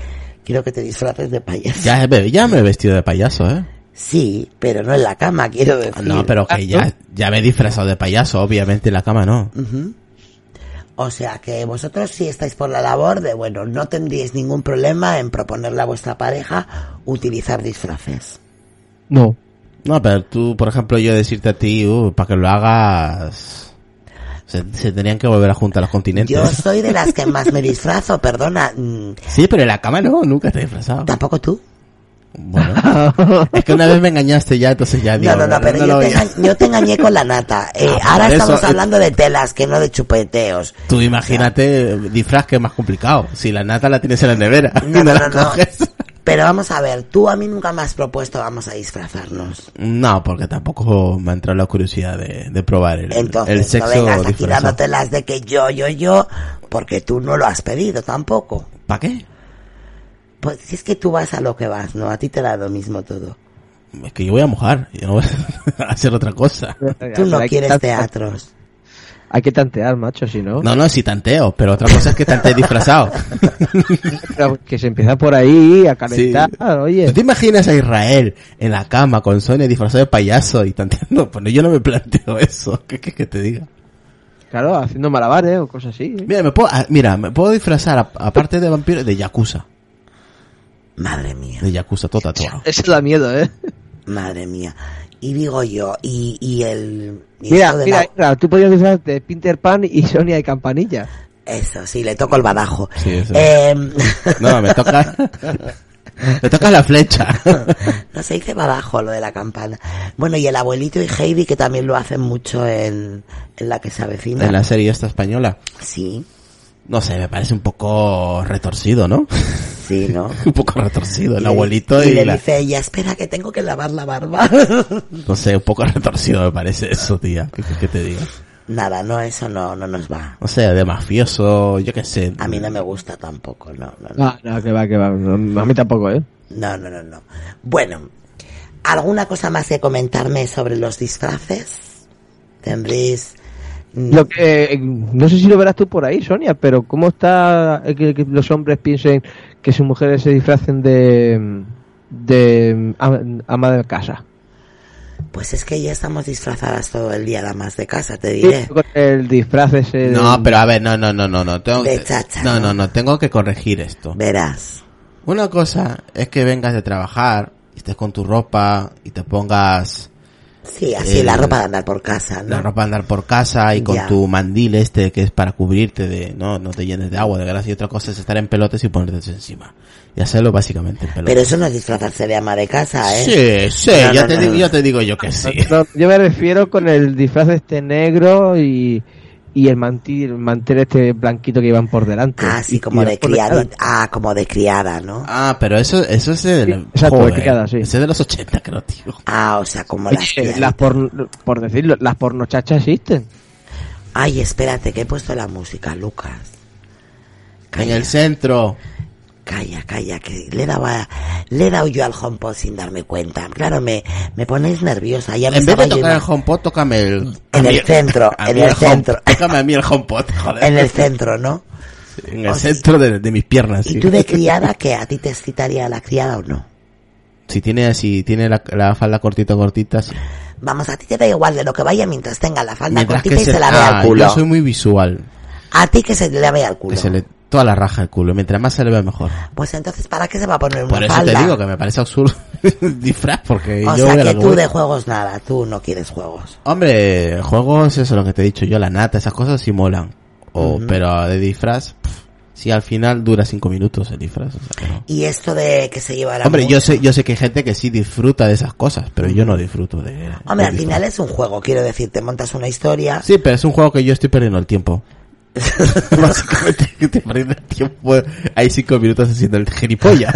S4: quiero que te disfraces de payaso.
S7: Ya, me- ya me he vestido de payaso, ¿eh?
S4: Sí, pero no en la cama, quiero decir.
S7: Ah, No, pero que ya, ya me he disfrazado de payaso, obviamente en la cama no.
S4: Mm. O sea que vosotros si estáis por la labor de, bueno, no tendríais ningún problema en proponerle a vuestra pareja utilizar disfraces.
S6: No.
S7: No, pero tú, por ejemplo, yo decirte a ti, uh, para que lo hagas... Se, se tenían que volver a juntar los continentes.
S4: Yo soy de las que más me disfrazo, perdona. mm,
S7: Sí, pero en la cama no, nunca te he disfrazado.
S4: Tampoco tú.
S7: Bueno, es que una vez me engañaste ya, entonces ya digo,
S4: No, no, no, pero yo,
S7: lo
S4: te,
S7: voy a-
S4: enga- yo te engañé con la nata. Eh,
S7: Ah,
S4: ahora
S7: por eso,
S4: estamos
S7: eh.
S4: hablando de telas, que no de chupeteos.
S7: Tú imagínate disfraz que es más complicado. Si la nata la tienes en la nevera, y
S4: No, no, no,
S7: la
S4: no.
S7: coges.
S4: Pero vamos a ver, tú a mí nunca me has propuesto vamos a disfrazarnos.
S7: No, porque tampoco me ha entrado la curiosidad de, de probar el,
S4: Entonces,
S7: el sexo
S4: no vengas aquí
S7: disfrazado.
S4: dándote las de que yo, yo, yo, porque tú no lo has pedido tampoco.
S7: ¿Para qué?
S4: Pues si es que tú vas a lo que vas, ¿no? A ti te da lo mismo todo.
S7: Es que yo voy a mojar, yo no voy a hacer otra cosa.
S4: Tú no
S6: Hay que
S4: quieres
S6: tan-
S4: teatros.
S6: Hay que tantear, macho, si no.
S7: No, no, sí tanteo, pero otra cosa es que tantees disfrazado.
S6: Pero Que se empieza por ahí a
S7: Sí.
S6: calentar, oye.
S7: ¿Tú te imaginas a Israel en la cama con Sonia disfrazado de payaso y tanteando? Pues no, yo no me planteo eso, ¿qué quieres que te diga?
S6: Claro, haciendo malabares o cosas así. ¿eh?
S7: Mira, me puedo, ah, mira, me puedo disfrazar, a- aparte de vampiro, de Yakuza.
S4: Madre mía,
S7: De Yakuza, tota, todo tatuado.
S6: Eso da miedo, ¿eh?
S4: madre mía. Y digo yo, y, y el... y
S6: Mira,
S4: eso de
S6: mira,
S4: la-
S6: mira, tú podías disfrazarte de Peter Pan y Sonia de Campanilla.
S4: Eso, sí, le toco el badajo.
S7: Sí, eso.
S4: Em,
S7: No, me toca... me toca la flecha.
S4: No se dice abajo lo de la campana. Bueno, y el abuelito y Heidi, que también lo hacen mucho en, en la que se avecina.
S7: en la serie esta española.
S4: Sí,
S7: No sé, me parece un poco retorcido, ¿no?
S4: sí, ¿no?
S7: un poco retorcido, el
S4: Y le-
S7: abuelito y,
S4: le
S7: la...
S4: dice ella, espera que tengo que lavar la barba.
S7: No sé, un poco retorcido me parece eso, tía. ¿Qué, qué- qué te digo?
S4: Nada, no, eso no, no nos va.
S7: No sé, de mafioso, yo qué sé.
S4: A mí no me gusta tampoco, no, no, no.
S6: No, no, que va, que va. No, a mí tampoco, ¿eh?
S4: No, no, no, no. Bueno, ¿alguna cosa más que comentarme sobre los disfraces? ¿Tendréis...? mm,
S6: Lo que, eh, no sé si lo verás tú por ahí, Sonia, pero ¿cómo está eh, que, que los hombres piensen que sus mujeres se disfracen de, de am- ama de casa?
S4: Pues es que ya estamos disfrazadas todo el día, damas de casa, te
S6: Sí,
S4: diré.
S6: Con el disfraz ese...
S7: No, pero a ver, no, no, no, no, no. Tengo
S4: De
S7: que-
S4: chacha,
S7: no,
S4: ¿no?
S7: no, no, tengo que corregir esto.
S4: Verás.
S7: Una cosa es que vengas de trabajar, y estés con tu ropa y te pongas
S4: Sí, así
S7: Eh,
S4: la ropa de andar por casa, ¿no?
S7: la ropa a andar por casa y con
S4: Ya.
S7: tu mandil este que es para cubrirte de, no, no te llenes de agua, de grasa y otra cosa es estar en pelotes y ponerte eso encima. Y hacerlo básicamente en
S4: Pero
S7: pelotes.
S4: eso no es disfrazarse de ama de casa, ¿eh?
S7: Sí, sí,
S4: No,
S7: ya
S4: no,
S7: te
S4: no,
S7: digo,
S4: no.
S7: yo te digo yo que sí.
S6: No, yo me refiero con el disfraz este negro y, y el mantil, el mantel este blanquito que iban por delante.
S4: Ah, sí,
S6: Y-
S4: como
S6: y
S4: de
S6: por detrás.
S4: criadita. Ah, como de criada, ¿no?
S7: Ah, pero eso, eso es de,
S6: Sí, exacto, picada, sí.
S7: Ese es de los 80, creo, tío.
S4: Ah, o sea, como
S6: Oye,
S4: las
S6: Eh,
S4: criaditas.
S6: las por, por decirlo, las pornochachas existen.
S4: Ay, espérate, que he puesto la música, Lucas.
S7: En
S4: Calla,
S7: el centro.
S4: calla, calla, que le daba, le he dado yo al HomePod sin darme cuenta. Claro, me, me ponéis nerviosa. Ya me
S7: En vez de
S4: estaba yo
S7: tocar el
S4: ima-
S7: HomePod, tócame el...
S4: En
S7: a mí-
S4: el centro,
S7: a mí
S4: en el
S7: home-
S4: centro.
S7: Tócame a mí el HomePod, joder.
S4: en el centro, ¿no?
S7: En el centro de, de mis piernas.
S4: ¿Y
S7: sí.
S4: tú de criada que a ti te excitaría la criada o no?
S7: Si tiene, si tiene la, la falda cortita, cortita, sí.
S4: Vamos, a ti te da igual de lo que vaya mientras tenga la falda
S7: Mientras
S4: cortita y se, la vea
S7: ah,
S4: al culo.
S7: Yo soy muy visual.
S4: A ti que se le vea al
S7: Que
S4: culo.
S7: se le, toda la raja al culo. Mientras más se le vea mejor.
S4: Pues entonces, ¿para qué se va a poner una
S7: Por eso
S4: falda?
S7: te digo que me parece absurdo el disfraz, porque
S4: O
S7: yo
S4: sea
S7: voy a
S4: que
S7: lo
S4: tú
S7: voy.
S4: de juegos nada, tú no quieres juegos.
S7: Hombre, juegos, eso es lo que te he dicho yo, la nata, esas cosas sí molan. O, Pero de disfraz, pff, sí, al final dura cinco minutos el disfraz. o sea que no.
S4: Y esto de que se lleva la
S7: Hombre, yo
S4: música-
S7: sé, yo sé que hay gente que sí disfruta de esas cosas, pero yo no disfruto de...
S4: Hombre,
S7: de
S4: al
S7: disfraz.
S4: final es un juego, quiero decir, te montas una historia.
S7: Sí, pero es un juego que yo estoy perdiendo el tiempo. Básicamente que te pierdes el tiempo. Hay cinco minutos haciendo el gilipollas.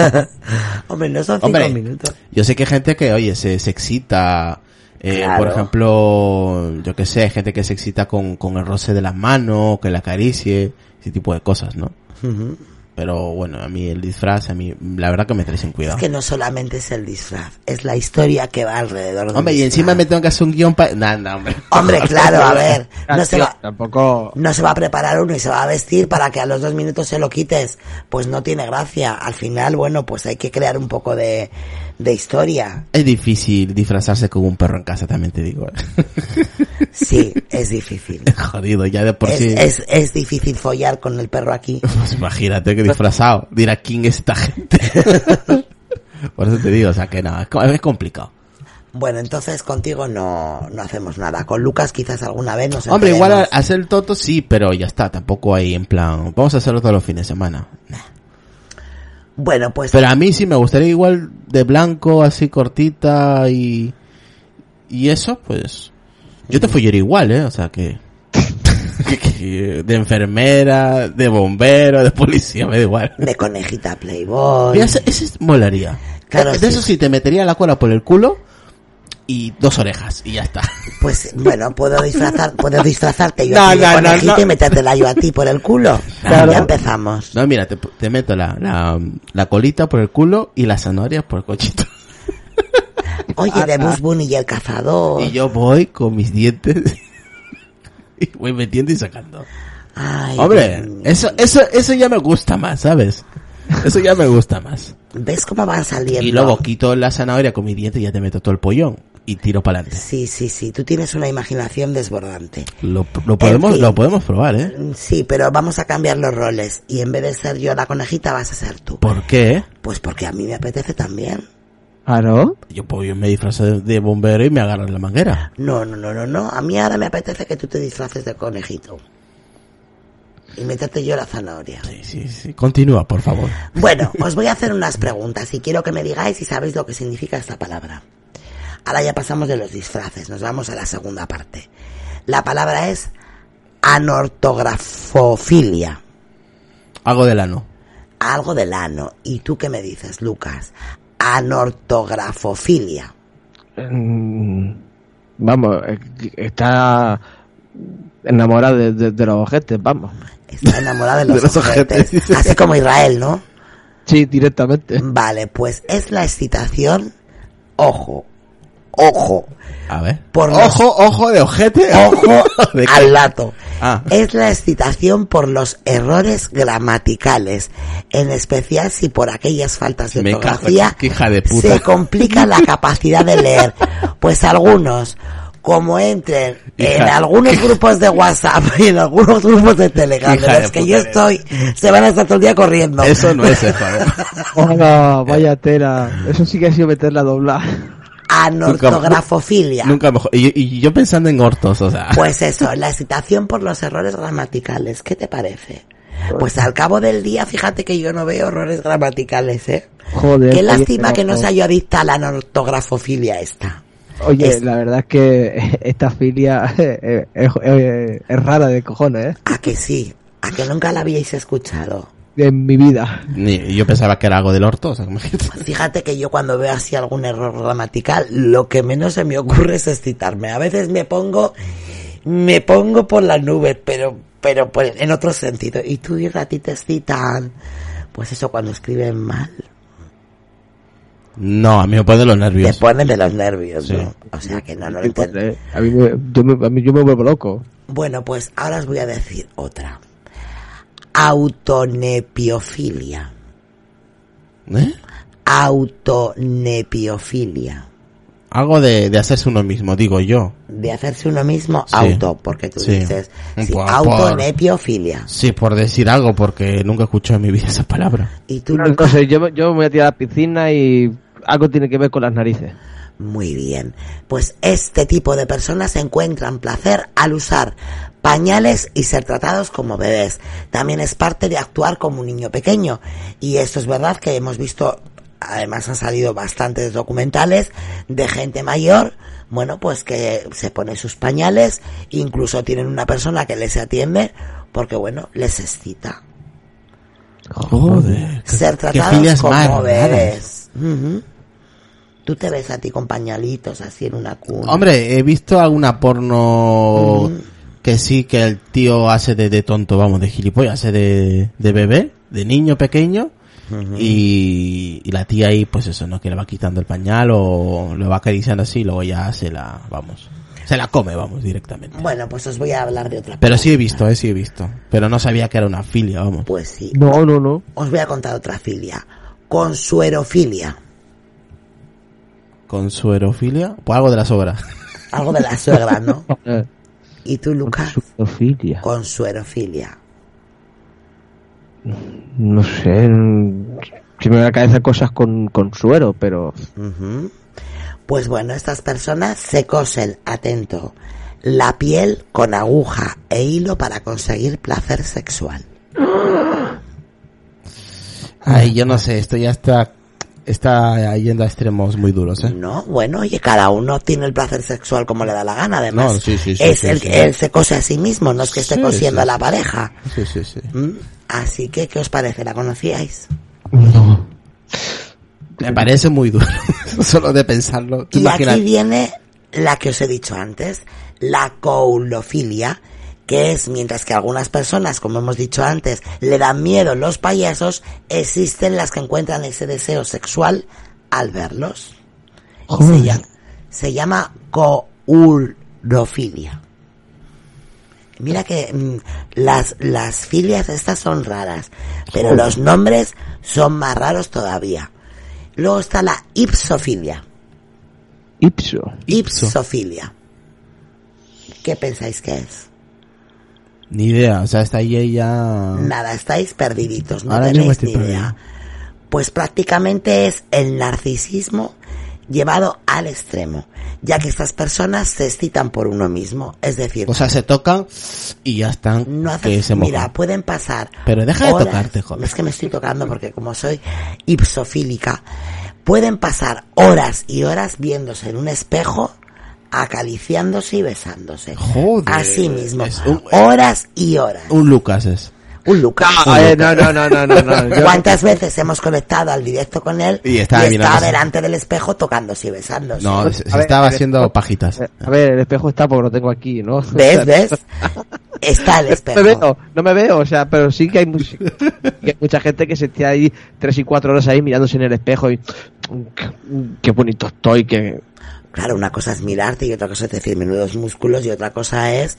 S4: Hombre, no son cinco
S7: Hombre,
S4: minutos.
S7: yo sé que hay gente que, oye, se, se excita. eh,
S4: Claro.
S7: Por ejemplo, yo que sé, hay gente que se excita con, con el roce de las manos, que la acaricie, ese tipo de cosas, ¿no?
S4: Ujú.
S7: Pero bueno, a mí el disfraz, a mí, la verdad que me trae sin
S4: Es
S7: cuidado.
S4: que no solamente es el disfraz, es la historia que va alrededor del
S7: Hombre, y
S4: disfraz.
S7: encima me tengo que hacer un guión para... Nah, nah, hombre.
S4: Hombre, claro, a ver,
S6: Ah,
S4: no se
S6: tío,
S4: va...
S6: Tampoco...
S4: No se va a preparar uno y se va a vestir para que a los dos minutos se lo quites. Pues no tiene gracia. Al final, bueno, pues hay que crear un poco de, de historia.
S7: Es difícil disfrazarse con un perro en casa, también te digo. eh.
S4: Sí, es difícil.
S7: Jodido, ya de por
S4: es,
S7: sí.
S4: es, es difícil follar con el perro aquí.
S7: Pues imagínate que disfrazado. Dirá, ¿quién es esta gente? por eso te digo, o sea que nada, es, co- es complicado.
S4: Bueno, entonces contigo no, no hacemos nada. Con Lucas quizás alguna vez nos
S7: Hombre, igual a-
S4: enteremos.
S7: hacer el toto sí, pero ya está, tampoco ahí en plan, vamos a hacerlo todos los fines de semana. Nah.
S4: Bueno, pues
S7: Pero a mí sí me gustaría igual de blanco, así cortita y... Y eso, pues... Yo te follaría igual, ¿eh? O sea que... que- que- de enfermera, de bombero, de policía, me da igual.
S4: de conejita Playboy.
S7: Mira, ese, ese molaría.
S4: Claro,
S7: de
S4: sí.
S7: eso sí, te metería la cola por el culo y dos orejas y ya está.
S4: Pues bueno, puedo disfrazar, puedo disfrazarte yo
S7: No,
S4: a ti de
S7: no, no,
S4: conejita
S7: no.
S4: y metértela yo a ti por el culo.
S7: Claro.
S4: Ya empezamos.
S7: No, mira, te, te meto la, la, la colita por el culo y las zanahorias por el cochito.
S4: Oye, de Bus Bunny y el cazador.
S7: Y yo voy con mis dientes y voy metiendo y sacando.
S4: Ay,
S7: Hombre,
S4: mm,
S7: eso, eso, eso ya me gusta más, ¿sabes? Eso ya me gusta más.
S4: ¿Ves cómo van saliendo?
S7: Y luego quito la zanahoria con mis dientes y ya te meto todo el pollón y tiro para adelante.
S4: Sí, sí, sí. Tú tienes una imaginación desbordante.
S7: Lo, lo podemos,
S4: fin.
S7: lo podemos probar, ¿eh?
S4: Mm, Sí, pero vamos a cambiar los roles. Y en vez de ser yo la conejita, vas a ser tú.
S7: ¿Por qué?
S4: Pues porque a mí me apetece también.
S6: ¿Ah, no?
S7: Yo, pues, yo me disfrazo de, de bombero y me agarran la manguera.
S4: No, no, no, no, no. A mí ahora me apetece que tú te disfraces de conejito. Y métete yo la zanahoria.
S7: Sí, sí, sí. Continúa, por favor.
S4: Bueno, os voy a hacer unas preguntas y quiero que me digáis si sabéis lo que significa esta palabra. Ahora ya pasamos de los disfraces, nos vamos a la segunda parte. La palabra es anortografofilia,
S7: Hago del ano.
S4: algo del ano. ¿Y tú qué me dices, Lucas? Anortografofilia.
S6: Mm, Vamos, eh, está enamorada de, de- de los ojetes, vamos.
S4: Está enamorada de los,
S7: De los
S4: ojetes,
S7: ojetes.
S4: así como Israel, ¿no?
S6: Sí, directamente.
S4: Vale, pues es la excitación, ojo, ojo,
S7: A ver.
S4: Por los-
S7: ojo, ojo de ojete.
S4: ojo
S7: ¿De qué?
S4: al dato.
S7: Ah.
S4: Es la excitación por los errores gramaticales, en especial si por aquellas faltas de
S7: Me cago en-
S4: ortografía
S7: qué hija de puta.
S4: se complica la capacidad de leer. Pues algunos, como entren en
S7: Hija-
S4: algunos grupos de WhatsApp y en algunos grupos de Telegram,
S7: Hija
S4: de
S7: de
S4: los que
S7: puta
S4: yo
S7: eres.
S4: estoy, se van a estar todo el día corriendo.
S7: Eso no es eso.
S6: Hola, vaya tela. Eso sí que ha sido meterla a doblar.
S4: Anortografofilia.
S7: Nunca mejor. Y, y yo pensando en hortos, o sea.
S4: Pues eso, la excitación por los errores gramaticales, ¿qué te parece? Pues al cabo del día, fíjate que yo no veo errores gramaticales, ¿eh?
S6: Joder.
S4: Qué
S6: oye,
S4: lástima
S6: pero-
S4: que no sea yo adicta a la ortografofilia esta.
S6: Oye,
S4: es-
S6: la verdad es que esta filia eh, es, eh, es rara de cojones, ¿eh?
S4: A que sí, a que nunca la habíais escuchado.
S6: En mi vida.
S7: Ni- yo pensaba que era algo del orto, o sea, imagínate.
S4: Pues Fíjate que yo cuando veo así algún error gramatical, lo que menos se me ocurre es excitarme. A veces me pongo, me pongo por las nubes, pero, pero por- en otro sentido. Y tú y a ti te excitan. Pues eso cuando escriben mal.
S7: No, a mí me ponen los
S4: Te
S7: nervios.
S4: ponen de los nervios,
S7: Sí.
S4: ¿no? O sea que no, no lo entiendo.
S6: Eh, A mí, me, yo me, a mí yo me vuelvo loco.
S4: Bueno, pues ahora os voy a decir otra. Autonepiofilia.
S7: ¿Eh?
S4: Autonepiofilia.
S7: Algo de, de hacerse uno mismo, digo yo.
S4: De hacerse uno mismo
S7: Sí.
S4: auto, porque tú
S7: Sí.
S4: dices
S7: Un
S4: sí,
S7: po-
S4: autonepiofilia.
S7: Sí, por decir algo, porque nunca he escuchado en mi vida esa palabra.
S4: Y tú
S6: No,
S4: nunca...
S6: Entonces yo, me- yo me voy a tirar a la piscina y algo tiene que ver con las narices.
S4: Muy bien. Pues este tipo de personas encuentran placer al usar pañales y ser tratados como bebés. También es parte de actuar como un niño pequeño. Y esto es verdad que hemos visto Además han salido bastantes documentales de gente mayor, bueno, pues que se pone sus pañales, incluso tienen una persona que les atiende, porque bueno, les excita.
S7: Joder. qué-
S4: Ser
S7: qué
S4: tratados
S7: filias más
S4: como
S7: raras.
S4: bebés. Ujú. Tú te ves a ti con pañalitos así en una cuna.
S7: Hombre, he visto alguna porno que sí, que el tío hace de, de tonto, vamos, de gilipollas, hace de, de bebé, de niño pequeño. y, y la tía ahí, pues eso, ¿no? Que le va quitando el pañal o lo va acariciando así y luego ya se la, vamos, se la come, vamos, directamente.
S4: Bueno, pues os voy a hablar de otra.
S7: Pero sí he visto, eh, sí he visto. Pero no sabía que era una filia, vamos.
S4: Pues sí.
S6: No, no, no.
S4: Os voy a contar otra filia. Consuerofilia.
S7: Con suerofilia, pues algo de la sobra.
S4: Algo de la suegra, ¿no?
S6: Eh,
S4: ¿Y tú, Lucas?
S6: zoofilia.
S4: Consuerofilia.
S6: No sé. mm, Se me va a la cabeza cosas con, con suero, pero.
S4: Ujú. Pues bueno, estas personas se cosen, atento, la piel con aguja e hilo para conseguir placer sexual.
S7: Ay, yo no sé, esto ya está, está yendo a extremos muy duros, eh.
S4: No, bueno, oye, cada uno tiene el placer sexual como le da la gana, además.
S7: No, sí, sí, sí,
S4: es
S7: sí,
S4: el
S7: sí.
S4: que él se cose a sí mismo, no es que esté
S7: Sí,
S4: cosiendo
S7: sí.
S4: a la pareja.
S7: Sí, sí, sí.
S4: ¿Mm? Así que, ¿qué os parece? ¿La conocíais?
S6: No.
S7: Me parece muy duro. Solo de pensarlo. ¿Te
S4: Y
S7: imaginas?
S4: aquí viene la que os he dicho antes, la coulofilia, que es mientras que algunas personas, como hemos dicho antes, le dan miedo los payasos, existen las que encuentran ese deseo sexual al verlos. Y Se llama, se llama coulofilia. Mira que mm, las, las filias estas son raras, pero los nombres son más raros todavía. Luego está la ipsofilia.
S6: Ipso.
S4: Ipsofilia. ¿Qué pensáis que es?
S7: Ni idea. O sea, está ahí ella.
S4: Nada, estáis perdiditos, no
S7: Ahora mismo
S4: tenéis
S7: estoy
S4: ni idea. Pues prácticamente es el narcisismo llevado al extremo, ya que estas personas se excitan por uno mismo, es decir,
S7: O sea, se tocan y ya están.
S4: no
S7: que
S4: haces,
S7: se
S4: mira, pues-
S7: mojan.
S4: pueden pasar.
S7: Pero deja de
S4: horas-
S7: tocarte, joder.
S4: Es que me estoy tocando porque como soy ipsofílica, pueden pasar horas y horas viéndose en un espejo, acariciándose y besándose.
S7: Joder.
S4: Así mismo,
S7: Es un-
S4: horas y horas.
S7: Un Ah, Lucas es.
S4: Un Lucas.
S6: Eh, no, no, no, no, no. no. Yo-
S4: ¿Cuántas veces hemos conectado al directo con él
S7: Y estaba mirándose.
S4: delante del espejo tocándose y besándose?
S7: No, se, se
S6: A ver,
S7: estaba
S6: a ver,
S7: haciendo
S6: a ver.
S7: pajitas.
S6: Eh, A ver, el espejo está porque lo tengo aquí, ¿no?
S4: ¿Ves? ¿Ves? Está el
S6: No me
S4: espejo.
S6: veo, no me veo, o sea, pero sí que hay, mu- sí que hay mucha gente que se esté ahí tres y cuatro horas ahí mirándose en el espejo y mm, "Qué- qué bonito estoy, que
S4: Claro, una cosa es mirarte y otra cosa es decir menudos músculos y otra cosa es,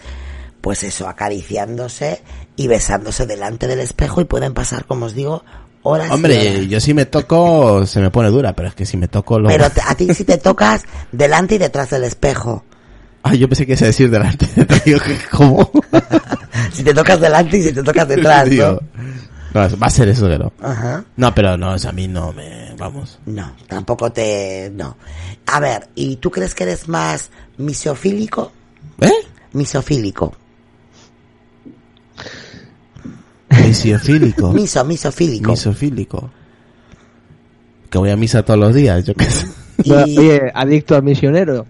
S4: pues eso, acariciándose y besándose delante del espejo y pueden pasar, como os digo, horas. y
S7: Hombre,
S4: horas.
S7: yo si me toco, se me pone dura, pero es que si me toco lo.
S4: eh. Pero te- a ti si te tocas delante y detrás del espejo.
S7: Ay, yo pensé que se decir delante. Digo, ¿Cómo?
S4: Si te tocas delante y si te tocas detrás, ¿no?
S7: Digo, no, va a ser eso que no.
S4: Ajá.
S7: No, pero no, o sea, a mí no me. Vamos.
S4: No, tampoco te... No. A ver, ¿y tú crees que eres más misofílico?
S7: ¿Eh?
S4: Misofílico.
S7: Misiofílico.
S4: Miso, misofílico.
S7: Misofílico. Que voy a misa todos los días, yo qué sé.
S4: Y-
S6: Oye, adicto al misionero.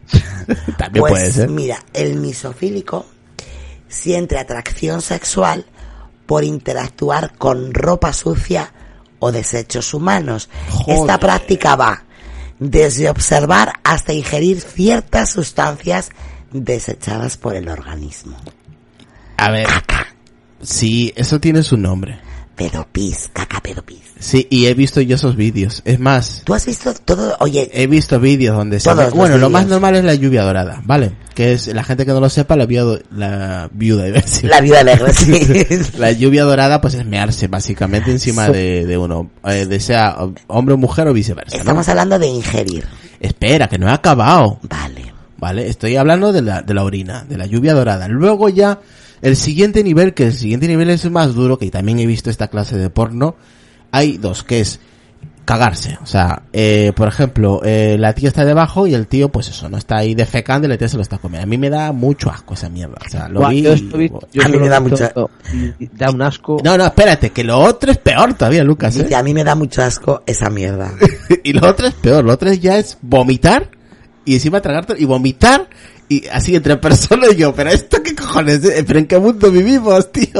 S7: También
S4: pues
S7: puede ser.
S4: mira, el misofílico siente atracción sexual por interactuar con ropa sucia o desechos humanos. Esta práctica va desde observar hasta ingerir ciertas sustancias desechadas por el organismo.
S7: A ver. Sí, eso tiene su nombre.
S4: Pedopis, caca pedopis.
S7: Sí, y he visto yo esos vídeos. Es más,
S4: ¿Tú has visto todo? Oye,
S7: he visto vídeos donde se...
S4: Todos los
S7: Bueno, lo más
S4: vídeos.
S7: normal es la lluvia dorada, ¿vale? Que es, la gente que no lo sepa, la, viuda- la viuda, iba a decir.
S4: La viuda negra, sí.
S7: La lluvia dorada, pues es mearse básicamente encima de, de uno, eh, de sea hombre o mujer o viceversa. ¿no?
S4: Estamos hablando de ingerir.
S7: Espera, que no he acabado.
S4: Vale.
S7: ¿Vale? Estoy hablando de la, de la orina, de la lluvia dorada. Luego ya, el siguiente nivel, que el siguiente nivel es más duro, que también he visto esta clase de porno, hay dos, que es cagarse. O sea, eh, por ejemplo, eh, la tía está debajo y el tío, pues eso, no está ahí defecando y la tía se lo está comiendo. A mí me da mucho asco esa mierda. O sea, lo
S6: Guau,
S7: vi
S6: yo
S7: y-
S6: esto he visto- yo
S4: A mí
S6: solo
S4: me
S6: he
S4: da
S6: visto
S4: mucha-
S6: esto y- y Da un asco.
S7: No, no, espérate, que lo otro es peor todavía, Lucas. ¿eh?
S4: Dice, a mí me da mucho asco esa mierda.
S7: y lo otro es peor, lo otro es ya es vomitar y encima tragarte y vomitar y así entre personas y yo, pero esto qué cojones, eh? pero en qué mundo vivimos, tío.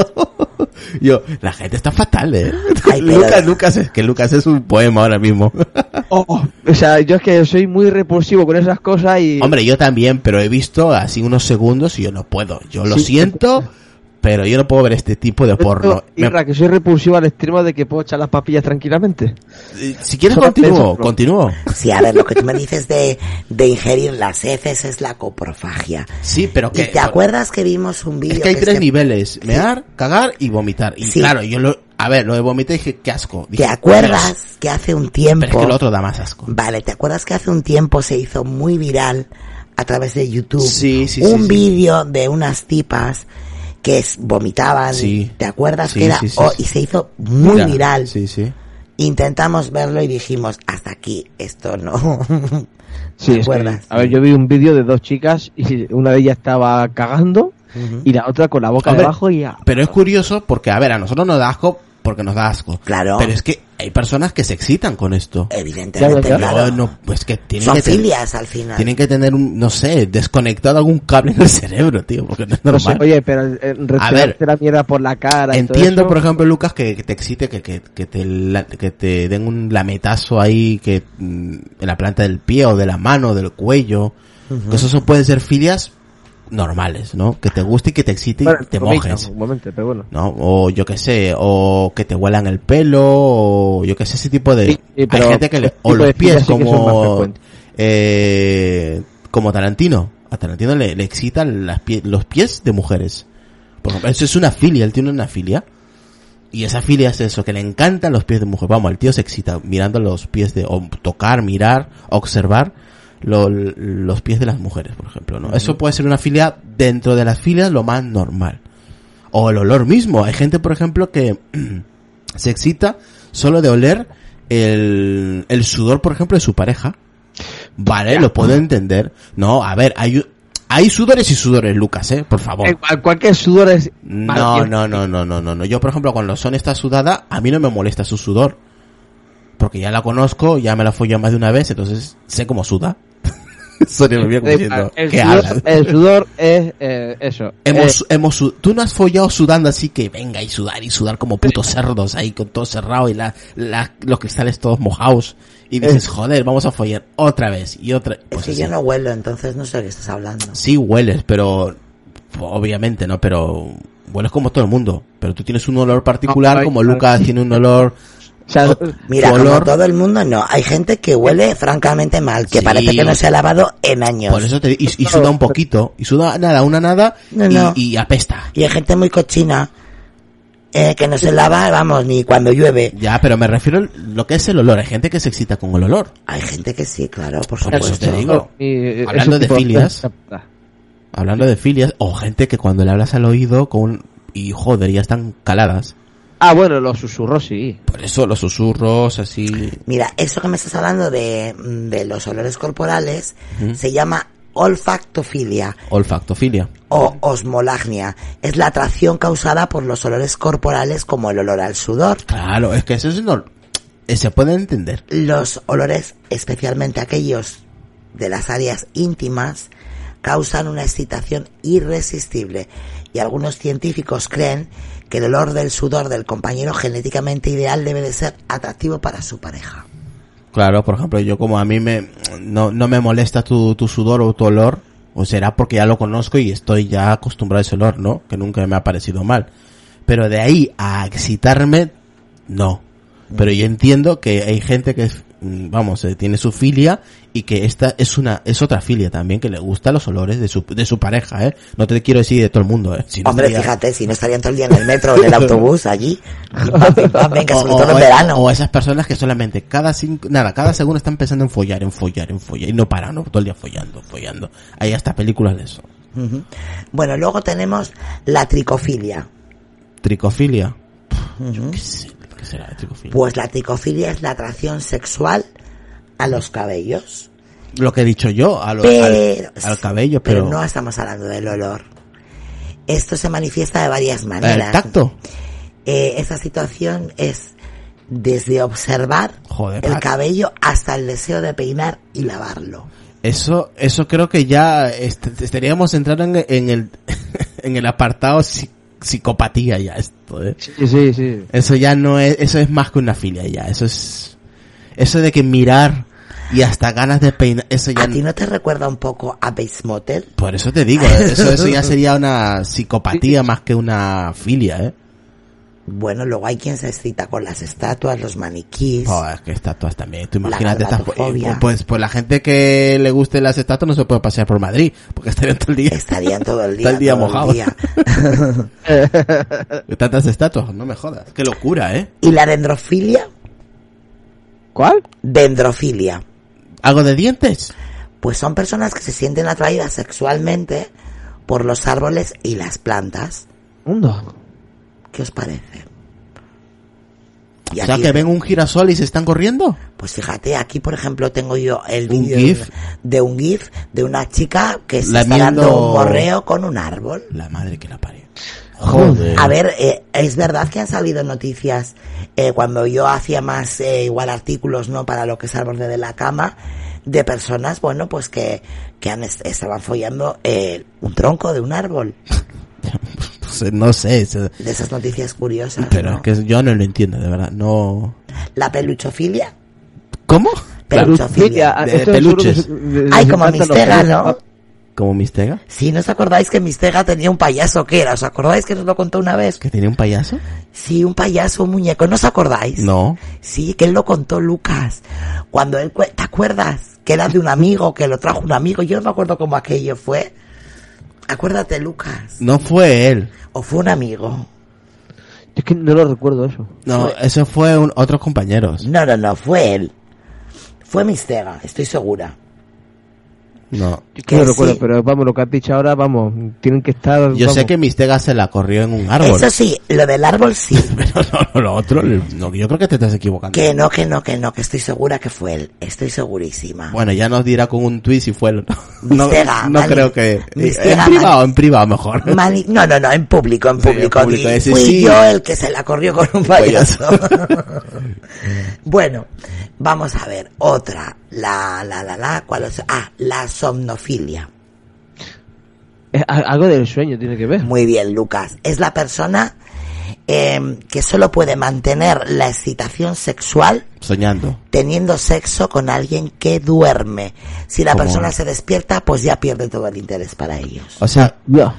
S7: yo, la gente está fatal, eh.
S4: Ay, pero-
S7: Lucas, Lucas, es que Lucas es un poema ahora mismo.
S6: Oh, o sea, yo es que soy muy repulsivo con esas cosas y.
S7: Hombre, yo también, pero he visto así unos segundos y yo no puedo. Yo lo siento, pero yo no puedo ver este tipo de
S6: Esto,
S7: porno. Me-
S6: Irra, que soy repulsivo al extremo de que puedo echar las papillas tranquilamente.
S7: eh, si quieres
S6: Solo
S7: continúo,
S6: pienso, bro.
S7: continúo.
S4: Sí, a ver, lo que tú me dices de, de ingerir las heces es la coprofagia.
S7: Sí, pero que
S4: ¿Y te acuerdas que vimos un vídeo?
S7: Es que hay
S4: que
S7: tres
S4: se-
S7: niveles, mear, cagar y vomitar. Y
S4: Sí.
S7: claro, yo lo, a ver, lo de vomitar dije, qué asco. Dije,
S4: ¿Te acuerdas
S7: "Dios".
S4: que hace un
S7: Pero es
S4: tiempo...
S7: que lo otro da más asco.
S4: Vale, ¿te acuerdas que hace un tiempo se hizo muy viral a través de YouTube
S7: Sí, sí, sí,
S4: un
S7: sí.
S4: vídeo de unas tipas que es- vomitaban?
S7: Sí.
S4: ¿Te acuerdas
S7: Sí,
S4: que era?
S7: sí, sí,
S4: Oh,
S7: sí.
S4: y se hizo muy
S7: Ya,
S4: viral.
S7: Sí, sí.
S4: Intentamos verlo y dijimos, hasta aquí, esto no.
S6: Sí,
S4: ¿Te
S6: es que-
S4: acuerdas?
S6: a ver, yo vi un vídeo de dos chicas y una de ellas estaba cagando y la otra con la boca
S7: Hombre,
S6: debajo y a-
S7: Pero es curioso porque, a ver, a nosotros nos da asco porque nos da asco.
S4: Claro.
S7: Pero es que hay personas que se excitan con esto.
S4: Evidentemente,
S6: Ya, ya, ya.
S4: claro.
S7: No, no, pues que tienen
S4: Son
S7: que tener-
S4: filias al final.
S7: Tienen que tener un, no sé, desconectado algún cable en el cerebro, tío, porque no es
S4: Pues
S6: No sé,
S7: normal.
S6: oye, pero eh, retirarte la mierda por la cara. y todo
S7: Entiendo,
S6: eso,
S7: por ejemplo, Lucas, que, que te excite, que, que, que te, la- que te den un lametazo ahí que mm, en la planta del pie o de la mano, del cuello. Que eso son- pueden ser filias normales, ¿no? Que te guste y que te excite y
S6: Bueno,
S7: te
S6: comillas,
S7: mojes.
S6: Un momento, pero bueno.
S7: ¿No? O yo que sé, o que te huelan el pelo, o yo que sé, ese tipo de...
S6: Sí, sí, pero
S7: hay gente que le...
S6: ese
S7: O
S6: tipo
S7: los
S6: de
S7: pies,
S6: filias sí que son más
S7: como...
S6: frecuentes.
S7: Eh, como Tarantino. A Tarantino le, le excitan las pie- los pies de mujeres. Por ejemplo, eso es una filia, él tiene una filia. Y esa filia es eso, que le encantan los pies de mujer. Vamos, el tío se excita mirando los pies de, o tocar, mirar, observar lo- los pies de las mujeres, por ejemplo, ¿no? Eso puede ser una filia dentro de las filias lo más normal. O el olor mismo. Hay gente, por ejemplo, que se excita solo de oler el, el sudor, por ejemplo, de su pareja. Vale, lo puedo entender. No, a ver, hay, hay sudores y sudores, Lucas, eh, por favor.
S6: Eh, cual- Cualquier sudor es... eh,
S7: No, no, no, no, no, no, no. Yo, por ejemplo, cuando Son está sudada, a mí no me molesta su sudor. Porque ya la conozco, ya me la follé más de una vez, entonces sé cómo suda. Sonia me veía como
S6: Da
S7: diciendo,
S6: igual, Eh, ah, el,
S7: ¿qué
S6: sudor,
S7: hablas?
S6: el sudor es eh, eso.
S7: Hemos, hemos su- tú no has follado sudando así que venga y sudar y sudar como
S4: Eh.
S7: putos cerdos ahí con todo cerrado y la, la- los cristales todos mojados. Y dices, joder, vamos a follar otra vez y otra.
S4: Eh. Es
S7: Pues
S4: que
S7: así.
S4: yo no huelo, entonces no sé de qué estás hablando.
S7: Sí hueles, pero obviamente no, pero hueles como todo el mundo. Pero tú tienes un olor particular,
S6: No, no,
S7: como
S6: claro.
S7: Lucas tiene un olor.
S6: O sea,
S4: Mira,
S7: tu
S4: como
S7: olor-
S4: todo el mundo, no. Hay gente que huele francamente mal, que
S7: Sí.
S4: parece que no se ha lavado en años.
S7: Por eso te y, y suda un poquito, y suda nada, una nada,
S4: No,
S7: y,
S4: no.
S7: y apesta.
S4: Y hay gente muy cochina eh, que no se lava, vamos, ni cuando llueve.
S7: Ya, pero me refiero a lo que es el olor. Hay gente que se excita con el olor.
S4: Hay gente que sí, claro, por
S7: Por eso
S4: supuesto.
S7: pues te digo.
S6: eh, ese
S7: Hablando de
S6: tipo
S7: filias,
S6: cosas.
S7: hablando de filias, o gente que cuando le hablas al oído con un- y joder, ya están caladas.
S6: Ah, bueno, los susurros sí.
S7: Por eso los susurros, así.
S4: Mira, eso que me estás hablando de, mm, de los olores corporales se llama olfactofilia
S7: Olfactofilia.
S4: o osmolagnia. Es la atracción causada por los olores corporales como el olor al sudor,
S7: Claro, es que eso es no, se puede entender.
S4: Los olores, especialmente aquellos de las áreas íntimas, causan una excitación irresistible y algunos científicos creen que el olor del sudor del compañero genéticamente ideal debe de ser atractivo para su pareja.
S7: Claro, por ejemplo, yo como a mí me no, no me molesta tu, tu sudor o tu olor, o será porque ya lo conozco y estoy ya acostumbrado a ese olor, ¿no? Que nunca me ha parecido mal. Pero de ahí a excitarme, no. Pero yo entiendo que hay gente que es, mm, vamos, eh, tiene su filia y que esta es una es otra filia también que le gusta los olores de su de su pareja, ¿eh? No te quiero decir de todo el mundo, ¿eh? Si no
S4: Hombre,
S7: estaría-
S4: fíjate, si no estarían todo el día en el metro o en el autobús allí, pim, pam, pim, pam, venga, sobre todo en verano.
S7: o esas personas que solamente cada cinco, nada, cada segundo están pensando en follar, en follar, en follar, y no paran, ¿no? Todo el día follando, follando. Hay hasta películas de eso.
S4: Bueno, luego tenemos la tricofilia.
S7: Tricofilia. Pff, Yo qué sé, qué ¿Qué será la tricofilia?
S4: Pues la tricofilia es la atracción sexual a los cabellos.
S7: Lo que he dicho yo, a lo-
S4: Pero,
S7: al, al cabello, pero,
S4: no estamos hablando del olor. Esto se manifiesta de varias maneras.
S7: el tacto.
S4: Eh, esa situación es desde observar
S7: Joder,
S4: el
S7: Pat.
S4: cabello hasta el deseo de peinar y lavarlo.
S7: Eso, eso creo que ya este, estaríamos entrando en, en el en el apartado psi- psicopatía ya esto. ¿eh?
S6: Sí, sí, sí.
S7: Eso ya no es, eso es más que una filia ya. Eso es, eso de que mirar y hasta ganas de peinar, eso ya.
S4: ¿A ti
S7: no-
S4: no te recuerda un poco a Bates Motel?
S7: Por eso te digo, ¿eh? eso, eso ya sería una psicopatía más que una filia, ¿eh?
S4: Bueno, luego hay quien se excita con las estatuas, los maniquís.
S7: Oh, es que estatuas también. Tú imagínate
S4: La
S7: estas,
S4: galvatofobia.
S7: pues, pues la gente que le guste las estatuas no se puede pasear por Madrid, porque estarían todo el día,
S4: Estarían todo el día.
S7: Todo el día
S4: todo
S7: mojado. tantas estatuas, no me jodas. Qué locura, ¿eh?
S4: ¿Y la dendrofilia?
S6: ¿Cuál?
S4: Dendrofilia.
S7: ¿Algo de dientes?
S4: Pues son personas que se sienten atraídas sexualmente por los árboles y las plantas.
S6: Mundo.
S4: ¿Qué os parece? Y
S7: O sea,
S4: aquí-
S7: que ven un girasol y se están corriendo.
S4: Pues fíjate, aquí por ejemplo tengo yo el
S7: Un
S4: vídeo de
S7: gif.
S4: una- de un GIF de una chica que se está
S7: Lamiendo-
S4: dando un morreo con un árbol.
S7: La madre que la parió.
S6: Joder.
S4: A ver, eh, es verdad que han salido noticias eh, cuando yo hacía más eh, igual artículos, ¿no? Para lo que es al borde de la cama, de personas, bueno, pues que, que han, est- estaban follando eh, un tronco de un árbol.
S7: Pues, no sé, eso-
S4: De esas noticias curiosas.
S7: pero
S4: ¿no?
S7: es que yo no lo entiendo, de verdad. No.
S4: La peluchofilia.
S7: ¿Cómo?
S4: Peluchofilia.
S7: De peluches.
S4: Ay, como Mistega, ¿no?
S7: Como Mistega,
S4: Si no os acordáis que Mistega tenía un payaso que era, ¿os acordáis que nos lo contó una vez?
S7: que tenía un payaso.
S4: Sí, un payaso, un muñeco, ¿no os acordáis?
S7: No.
S4: Sí, que él lo contó Lucas. Cuando él, cue- ¿te acuerdas? Que era de un amigo, que lo trajo un amigo. Yo no me acuerdo cómo aquello fue. Acuérdate, Lucas.
S7: No fue él.
S4: O fue un amigo.
S6: Es que no lo recuerdo eso.
S7: No, eso fue un- otros compañeros.
S4: No, no, no, fue él. Fue Mistega, estoy segura.
S7: No.
S6: Yo
S4: Que
S6: no lo recuerdo,
S4: sí.
S6: pero vamos, lo que has dicho ahora, vamos, tienen que estar.
S7: Yo sé
S6: vamos.
S7: que Mistega se la corrió en un árbol.
S4: Eso sí, lo del árbol sí.
S7: Pero no, no, lo otro, no, yo creo que te estás equivocando.
S4: que no, que no, que no, que estoy segura que fue él. Estoy segurísima.
S7: Bueno, ya nos dirá con un tweet si fue el otro. No,
S4: Mistega,
S7: no
S4: vale.
S7: creo que.
S4: Mistega,
S7: en privado,
S4: vale.
S7: en privado mejor.
S4: Mani- no, no, no, en público, en
S7: Sí, en
S4: público.
S7: público,
S4: Di,
S7: ese
S4: fui
S7: sí.
S4: yo el que se la corrió con un payaso. bueno, vamos a ver, otra. La, la, la, la, ¿cuál es? Ah, la somnofilia.
S6: Es a- algo del sueño tiene que ver.
S4: Muy bien, Lucas. Es la persona em, que solo puede mantener la excitación sexual
S7: Soñando.
S4: teniendo sexo con alguien que duerme. Si la
S7: Como-
S4: persona se despierta, pues ya pierde todo el interés para ellos.
S7: O sea, eh,
S6: Ya.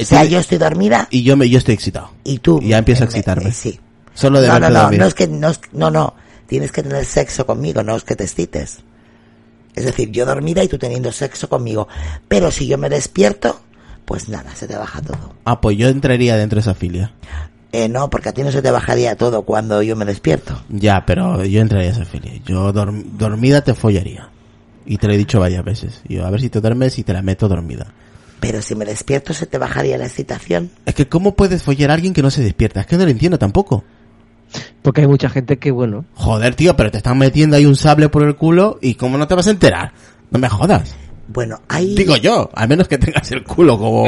S4: O sea, yo estoy dormida
S7: Ah, y yo me yo estoy excitado.
S4: y tú...
S7: Y ya empiezo a
S4: me-
S7: excitarme.
S4: me- sí.
S7: Solo de
S4: no, no,
S7: verte
S4: no,
S7: dormir.
S4: no es que no, es- no, no, tienes que tener sexo conmigo, no es que te excites. Es decir, yo dormida y tú teniendo sexo conmigo, pero si yo me despierto, pues nada, se te baja todo.
S7: Ah, pues yo entraría dentro de esa filia.
S4: Eh, no, porque a ti no se te bajaría todo cuando yo me despierto.
S7: Ya, pero yo entraría en esa filia. Yo dorm- dormida te follaría. Y te lo he dicho varias veces. Y yo, a ver si te duermes y te la meto dormida.
S4: Pero si me despierto se te bajaría la excitación.
S7: Es que ¿cómo puedes follar a alguien que no se despierta? Es que no lo entiendo tampoco.
S6: Porque hay mucha gente que, bueno.
S7: Joder, tío, pero te están metiendo ahí un sable por el culo y ¿cómo no te vas a enterar? No me jodas.
S4: Bueno, hay...
S7: Digo yo, al menos que tengas el culo como...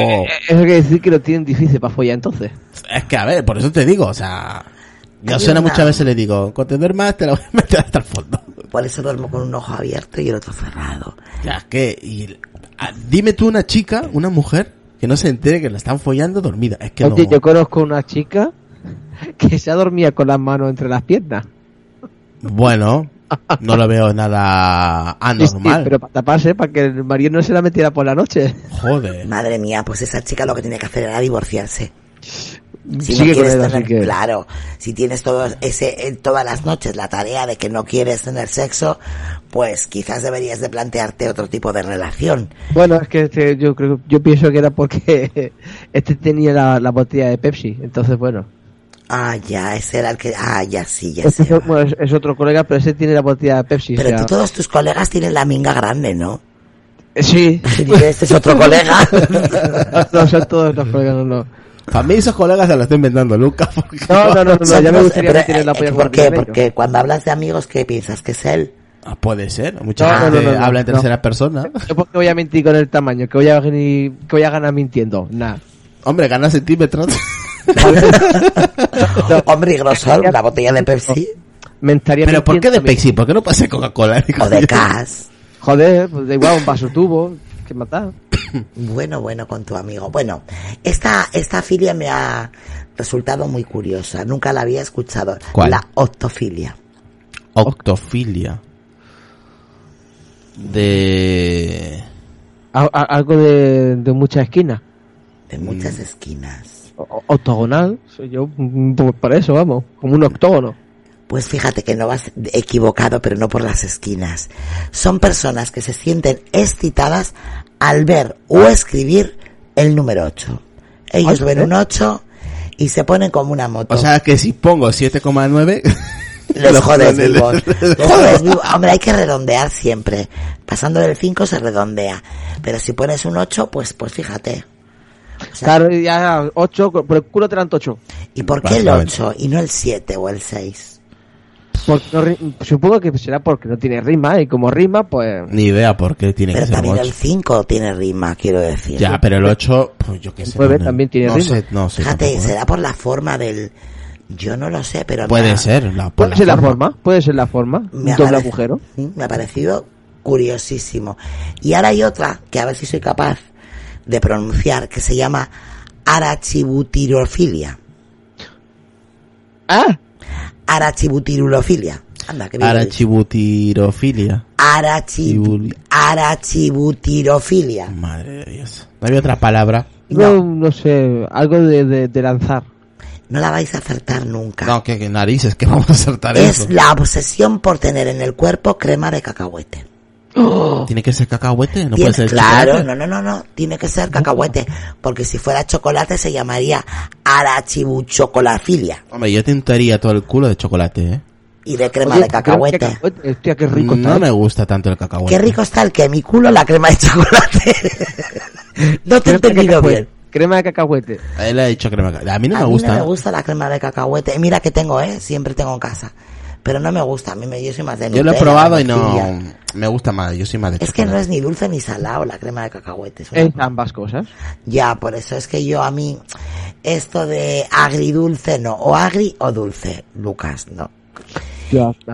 S6: Eso quiere decir que lo tienen difícil para follar entonces.
S7: Es que, a ver, por eso te digo, o sea... Yo
S4: Hay
S7: suena
S4: una-
S7: muchas veces le digo, cuando te duermas te la voy a meter hasta el fondo.
S4: Por eso duermo con un ojo abierto y el otro cerrado.
S7: Ya, es que... y- ah, dime tú una chica, una mujer, que no se entere que la están follando dormida. Es que
S6: Oye,
S7: no...
S6: yo conozco una chica que se ha dormido con las manos entre las piernas.
S7: Bueno, no lo veo nada
S6: Sí, sí,
S7: anormal.
S6: pero para taparse, para que el marido no se la metiera por la noche.
S7: Joder.
S4: Madre mía, pues esa chica lo que tiene que hacer era divorciarse. Si
S6: Sigue
S4: no
S6: con
S4: quieres
S6: él,
S4: tener,
S6: así que.
S4: claro, si tienes todo ese, eh, todas las noches la tarea de que no quieres tener sexo, pues quizás deberías de plantearte otro tipo de relación.
S6: Bueno, es que este, yo creo, yo pienso que era porque este tenía la, la botella de Pepsi, entonces bueno.
S4: Ah, ya, ese era el que, ah, ya sí, ya
S6: Este
S4: sé.
S6: es, bueno, es- es otro colega, pero ese tiene la botella de Pepsi. o
S4: Pero
S6: sea,
S4: tú, todos tus colegas tienen la minga grande, ¿no?
S6: eh, Sí,
S4: Este es otro colega.
S6: no son todos los colegas, no, no.
S7: Familia y sus colegas se lo está inventando, Lucas. porque-
S6: No, no, no, no, no, ya me gustaría
S4: pero,
S6: que tienes la
S4: eh,
S6: polla
S4: ¿Por qué?
S6: partida en ello.
S4: Porque cuando hablas de amigos, ¿qué piensas? ¿Que es él?
S7: Ah, puede ser. Mucha
S6: No, no,
S7: gente
S6: no, no, no,
S7: habla en
S6: no.
S7: tercera persona.
S6: Yo porque voy a mentir con el tamaño, que voy a, venir- que voy a ganar mintiendo. Nada.
S7: Hombre, gana centímetros.
S4: Hombre, y grosor, una botella de Pepsi
S6: Me estaría
S7: Pero ¿por qué
S6: mintiendo
S7: de
S6: a mí.
S7: Pepsi? ¿Por qué no pasa de Coca-Cola?
S4: o de Cas.
S6: Joder, pues da igual, un vaso tubo. Que matar.
S4: Bueno, bueno, con tu amigo. Bueno, esta, esta filia me ha resultado muy curiosa. Nunca la había escuchado.
S7: ¿Cuál?
S4: La octofilia.
S7: Octofilia. De...
S6: A- a- Algo de, de muchas esquinas.
S4: De
S7: Mm.
S4: muchas esquinas.
S6: O- Octogonal. Soy yo mm, por- para eso, vamos. Como un octógono.
S4: Pues fíjate que no vas equivocado, pero no por las esquinas. Son personas que se sienten excitadas al ver o escribir el número 8. Ellos
S6: Ay,
S4: ven
S6: ¿eh?
S4: un 8 y se ponen como una moto.
S7: O sea que si pongo 7,9...
S4: Los jodes
S7: joden,
S4: vivos.
S7: les-
S4: Los
S7: les-
S4: jodes vivos. Hombre, hay que redondear siempre. Pasando del 5 se redondea. Pero si pones un 8, pues, pues fíjate. O sea,
S6: Claro, y ya 8, por el culo te dan 8.
S4: ¿Y por qué el
S7: Básicamente.
S4: 8 y no el 7 o el 6?
S6: Porque no ri- supongo que será porque no tiene rima y como rima, pues...
S7: Ni idea por qué tiene
S4: Pero
S7: que ser
S4: también
S7: 8.
S4: el 5 tiene rima, quiero decir.
S7: Ya, pero el 8, pues yo qué sé.
S6: Nueve
S7: no-
S6: también tiene
S7: no
S6: ritmo.
S7: Sé, no sé.
S4: Fíjate,
S7: tampoco, ¿eh?
S4: será por la forma del... Yo no lo sé, pero... me
S7: Puede
S4: ha-
S7: ser. La, por
S6: Puede ser la
S7: forma.
S6: forma, puede ser la forma. Un
S4: me ha
S6: doble
S4: parec-
S6: agujero.
S4: Sí, Me ha parecido curiosísimo. Y ahora hay otra que a ver si soy capaz de pronunciar, que se llama arachibutirofilia.
S6: ¡Ah!
S4: Arachibutirulofilia. Anda, que bien lo he dicho.
S7: Arachibutirofilia.
S4: Arachi-
S7: Tibul-
S4: Arachibutirofilia.
S7: Madre de Dios. No había otra palabra.
S6: No, no, sé, algo de, de- de lanzar.
S4: No la vais a acertar nunca.
S7: No, que, que narices, que vamos a saltar
S4: es
S7: eso.
S4: la obsesión por tener en el cuerpo crema de cacahuete.
S7: Tiene que ser cacahuete, no puede
S4: Tienes-
S7: ser
S4: claro,
S7: chocolate.
S4: no, no, no, no. Tiene que ser cacahuete. Porque si fuera chocolate se llamaría arachibuchocolafilia.
S7: Hombre, yo tentaría todo el culo de chocolate, ¿eh?
S4: Y de crema
S6: Oye,
S4: de cacahuete.
S6: crema de cacahuete. Hostia, qué rico
S7: no
S6: está. ¿eh?
S7: me gusta tanto el cacahuete.
S4: Qué rico está el que mi culo la crema de chocolate. no te he
S6: Crema de
S4: entendido
S6: cacahuete,
S4: bien.
S6: Crema de cacahuete.
S7: Él ha dicho crema. de cacahuete. A mí no
S4: a
S7: me
S4: mí
S7: gusta.
S4: no me gusta la crema de cacahuete. Y Mira que tengo, ¿eh? Siempre tengo en casa. Pero no me gusta. A mí me, yo soy más de
S7: Yo lo he
S4: Nutella,
S7: probado y
S4: vainilla.
S7: no. Me gusta más, yo soy más de
S4: Es que no
S7: chocolate.
S4: es ni dulce ni salado la crema de cacahuete. es una
S6: Es ambas cosas.
S4: Ya, por eso es que yo a mí esto de agridulce no, o agri o dulce, Lucas, no.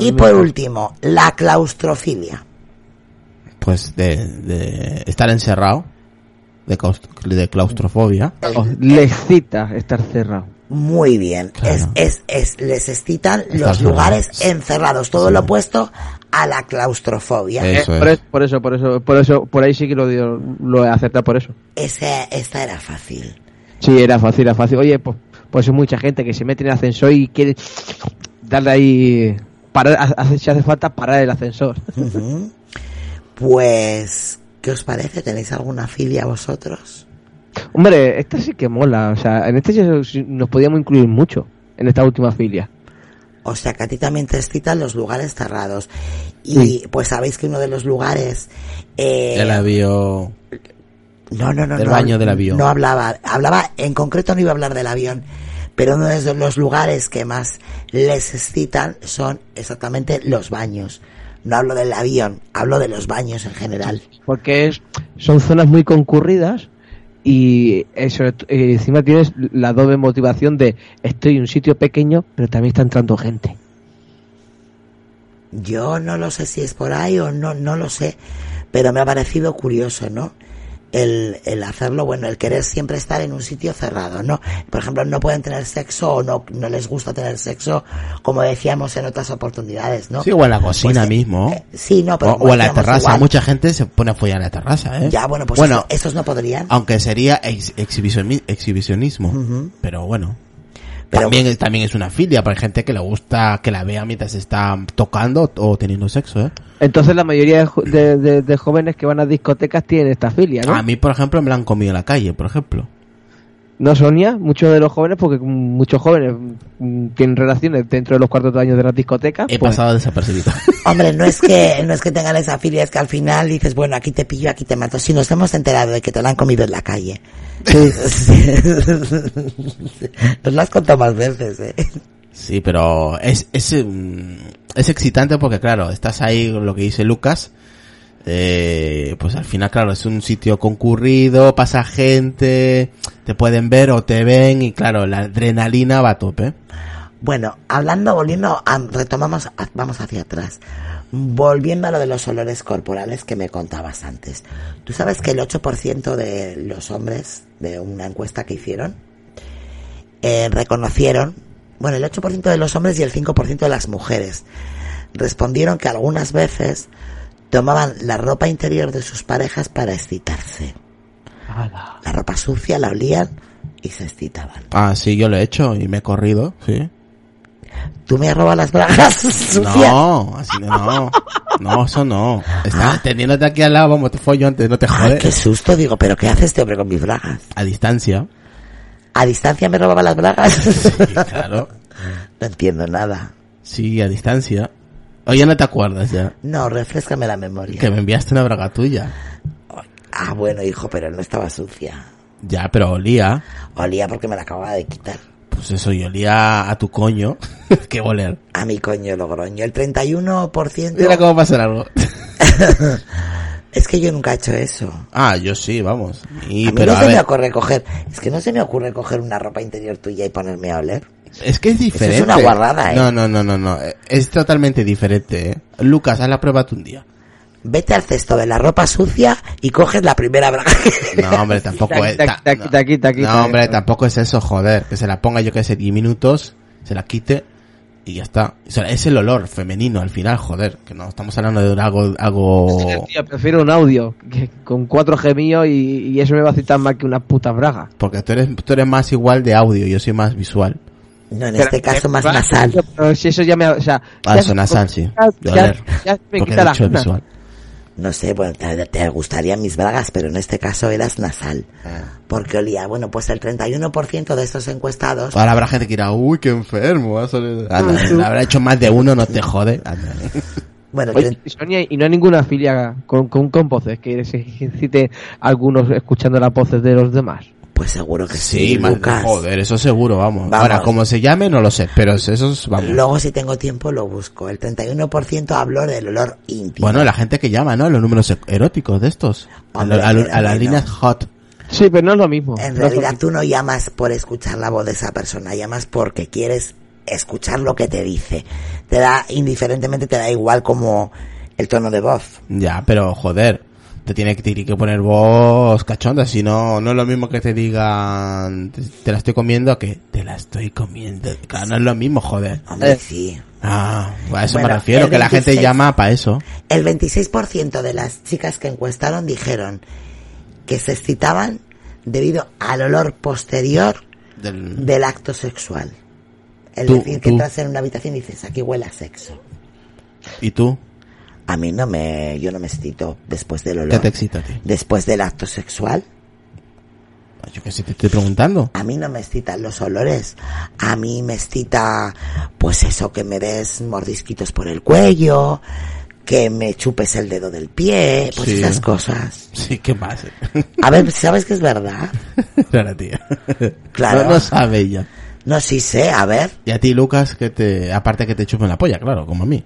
S4: Y por último, la claustrofilia.
S7: Pues de, de estar encerrado, de, claust- de claustrofobia.
S6: Oh, le excita estar cerrado.
S4: Muy bien,
S7: Claro.
S4: es, es, es, les excitan los
S7: Estás
S4: lugares
S7: cerrado.
S4: encerrados, todo lo opuesto a la claustrofobia.
S7: Eh. Eso
S6: por,
S7: es.
S6: es- por eso, por eso, por eso, por ahí sí que lo, dio- lo he acertado por eso.
S4: Ese, esta era fácil.
S6: Sí, era fácil, era fácil. Oye, pues, pues hay mucha gente que se mete en el ascensor y quiere darle ahí. Parar, hace, si hace falta parar el ascensor.
S4: Ujú. Pues, ¿qué os parece? ¿Tenéis alguna filia vosotros?
S6: Hombre, esta sí que mola. O sea, en este sí- sí nos podíamos incluir mucho. En esta última filia.
S4: O sea, que a ti también te excitan los lugares cerrados. Y
S6: Sí.
S4: pues sabéis que uno de los lugares... Eh,
S7: El avión.
S4: No, no, no.
S7: Del
S4: no,
S7: baño del avión.
S4: No hablaba, hablaba, en concreto no iba a hablar del avión, pero uno de los lugares que más les excitan son exactamente los baños. No hablo del avión, hablo de los baños en general.
S6: Porque es, son zonas muy concurridas y eh, sobre t- eh, encima tienes la doble motivación de estoy en un sitio pequeño, pero también está entrando gente.
S4: Yo no lo sé si es por ahí o no, no lo sé, pero me ha parecido curioso, ¿no? El, el hacerlo, bueno, el querer siempre estar en un sitio cerrado, ¿no? Por ejemplo, no pueden tener sexo o no, no les gusta tener sexo, como decíamos en otras oportunidades, ¿no?
S7: Sí, o en la cocina
S4: Pues, eh,
S7: mismo.
S4: eh, sí, no, pero
S7: o, o en la
S4: decíamos
S7: terraza.
S4: igual.
S7: Mucha gente se pone a follar en la terraza, ¿eh?
S4: Ya, bueno, pues
S7: Bueno,
S4: esto- estos no podrían.
S7: aunque sería ex- exhibicioni- exhibicionismo. Pero bueno.
S4: Pero-
S7: también, también es una filia para gente que le gusta que la vea mientras está tocando o teniendo sexo, ¿eh?
S6: Entonces la mayoría de, jo- de- de- de
S7: Ah.
S6: jóvenes que van a discotecas tienen esta filia, ¿no?
S7: A mí, por ejemplo, me la han comido en la calle, por ejemplo.
S6: No, Sonia, muchos de los jóvenes, porque muchos jóvenes mm, tienen relaciones dentro de los cuartos de años de las
S4: Ah,
S6: discotecas.
S7: He
S6: pues,
S7: pasado desapercibido.
S4: Hombre, no es que no es que tengan esa filia, es que al final dices, bueno, aquí te pillo, aquí te mato. Si nos hemos enterado de que te la han comido en la calle. Tú dices, Nos lo has contado más veces, ¿eh?
S7: Sí, pero es, es, mm, es excitante porque, claro, estás ahí, lo que dice Lucas, eh, pues al final, claro, es un sitio concurrido, pasa gente, te pueden ver o te ven y, claro, la adrenalina va a tope.
S4: Bueno, hablando, volviendo, a- retomamos, a- vamos hacia atrás. Volviendo a lo de los olores corporales que me contabas antes. Tú sabes que el 8% de los hombres de una encuesta que hicieron eh, reconocieron, bueno, el 8% de los hombres y el 5% de las mujeres respondieron que algunas veces tomaban la ropa interior de sus parejas para excitarse. La ropa sucia la olían y se excitaban.
S7: Ah, sí, yo lo he hecho y me he corrido, sí.
S4: ¿Tú me robas las bragas sucias?
S7: No, así no. No, eso no. Estás teniéndote aquí al lado, vamos, te follo antes, no te
S4: Ay, qué
S7: jodes.
S4: susto, digo, pero ¿qué hace este hombre con mis bragas?
S7: A distancia.
S4: ¿A distancia me robaba las bragas?
S7: Sí, claro.
S4: no entiendo nada.
S7: Sí, a distancia. O ya no te acuerdas ya.
S4: No, refrescame la memoria.
S7: Que me enviaste una braga tuya.
S4: Ah, bueno, hijo, pero no estaba sucia.
S7: Ya, pero olía.
S4: Olía porque me la acababa de quitar.
S7: Pues eso, y olía a tu coño. Qué oler.
S4: A mi coño logroño. El 31%...
S7: Mira cómo pasa algo.
S4: Es que yo nunca he hecho eso.
S7: Ah, yo sí, vamos. Y,
S6: Ah,
S4: a mí
S7: pero
S4: no
S7: a
S4: se me
S7: ver,
S4: ocurre coger... Es que no se me ocurre coger una ropa interior tuya y ponerme a oler.
S7: es que es diferente.
S4: una guarrada, ¿eh?
S7: No, no, no, no, no. Es totalmente diferente, ¿eh? Lucas, haz la prueba tú un día.
S4: Vete al cesto de la ropa sucia y coges la primera braga. que-
S7: No, hombre, tampoco
S6: Taqui,
S7: es.
S6: taqui,
S7: ta-
S6: taqui,
S7: no.
S6: taqui, taqui,
S7: No,
S6: taqui.
S7: hombre, tampoco es eso, joder. Que se la ponga yo que sé 10 minutos, se la quite y ya está. O sea, es el olor femenino al final, joder. Que no estamos hablando de algo. algo...
S6: Tío, prefiero un audio que- con 4G mío y, y eso me va a citar más que una puta braga.
S7: Porque tú eres, tú eres más igual de audio, yo soy más visual.
S4: No, en este caso más nasal.
S6: Pero si eso ya me. O sea,
S7: Ah,
S6: ya-
S7: eso nasal, sí.
S6: Ya,
S7: De
S6: ya-
S7: oler.
S6: ya me
S7: Porque
S6: quita
S7: de
S6: la
S7: hecho es
S6: gana.
S7: visual.
S4: No sé, bueno, te, te gustarían mis bragas, pero en este caso eras nasal. Porque olía, bueno, pues el 31% de estos encuestados
S7: Ahora habrá gente que dirá, uy, qué enfermo. ha salido".
S6: Ah,
S7: Anda, habrá hecho más de uno, no te jode. Anda.
S4: Bueno,
S6: Oye,
S4: tre-
S6: Sonia, y no hay ninguna filia con, con, con voces que se incite algunos escuchando las voces de los demás.
S4: pues seguro que sí,
S7: Sí, más
S4: Lucas.
S7: joder, eso seguro, vamos.
S4: Vamos.
S7: Ahora, como se llame, no lo sé, pero eso es, vamos.
S4: Luego si tengo tiempo lo busco. El 31% habló del olor íntimo.
S7: Bueno, la gente que llama, ¿no? Los números e- eróticos de estos. A, lo- a lo- a las
S4: Hombre,
S7: líneas hot.
S6: Sí, pero no es lo mismo.
S4: en
S6: No es lo
S4: realidad
S6: mismo.
S4: tú no llamas por escuchar la voz de esa persona, llamas porque quieres escuchar lo que te dice. Te da, indiferentemente te da igual como el tono de voz.
S7: Ya, pero joder. Te tiene que, tiene que poner voz cachonda, si no, no es lo mismo que te digan, te, te la estoy comiendo, que te la estoy comiendo. Claro, no es lo mismo, joder.
S4: Hombre, sí.
S7: Ah, a eso me
S4: Bueno,
S7: refiero,
S4: el
S7: que la gente
S4: 26.
S7: llama para eso.
S4: El 26% de las chicas que encuestaron dijeron que se excitaban debido al olor posterior
S7: Del-
S4: del acto sexual. Es
S7: Tú-
S4: decir, que
S7: tú.
S4: entras en una habitación y dices, aquí huele a sexo.
S7: ¿Y tú?
S4: A mí no me, yo no me excito después del
S7: ¿Qué
S4: olor.
S7: te excita a ti?
S4: Después del acto sexual,
S7: Yo qué sé, te estoy preguntando.
S4: a mí no me excitan los olores. A mí me excita, pues eso, que me des mordisquitos por el cuello, que me chupes el dedo del pie, pues
S7: Sí.
S4: esas cosas.
S7: Sí, ¿qué más?
S4: A ver, ¿sabes que es verdad?
S7: Claro, tía.
S4: Claro.
S7: No, no sabe ella.
S4: No, sí sé, a ver.
S7: Y a ti, Lucas, que te, aparte que te chupen la polla, claro, como a mí.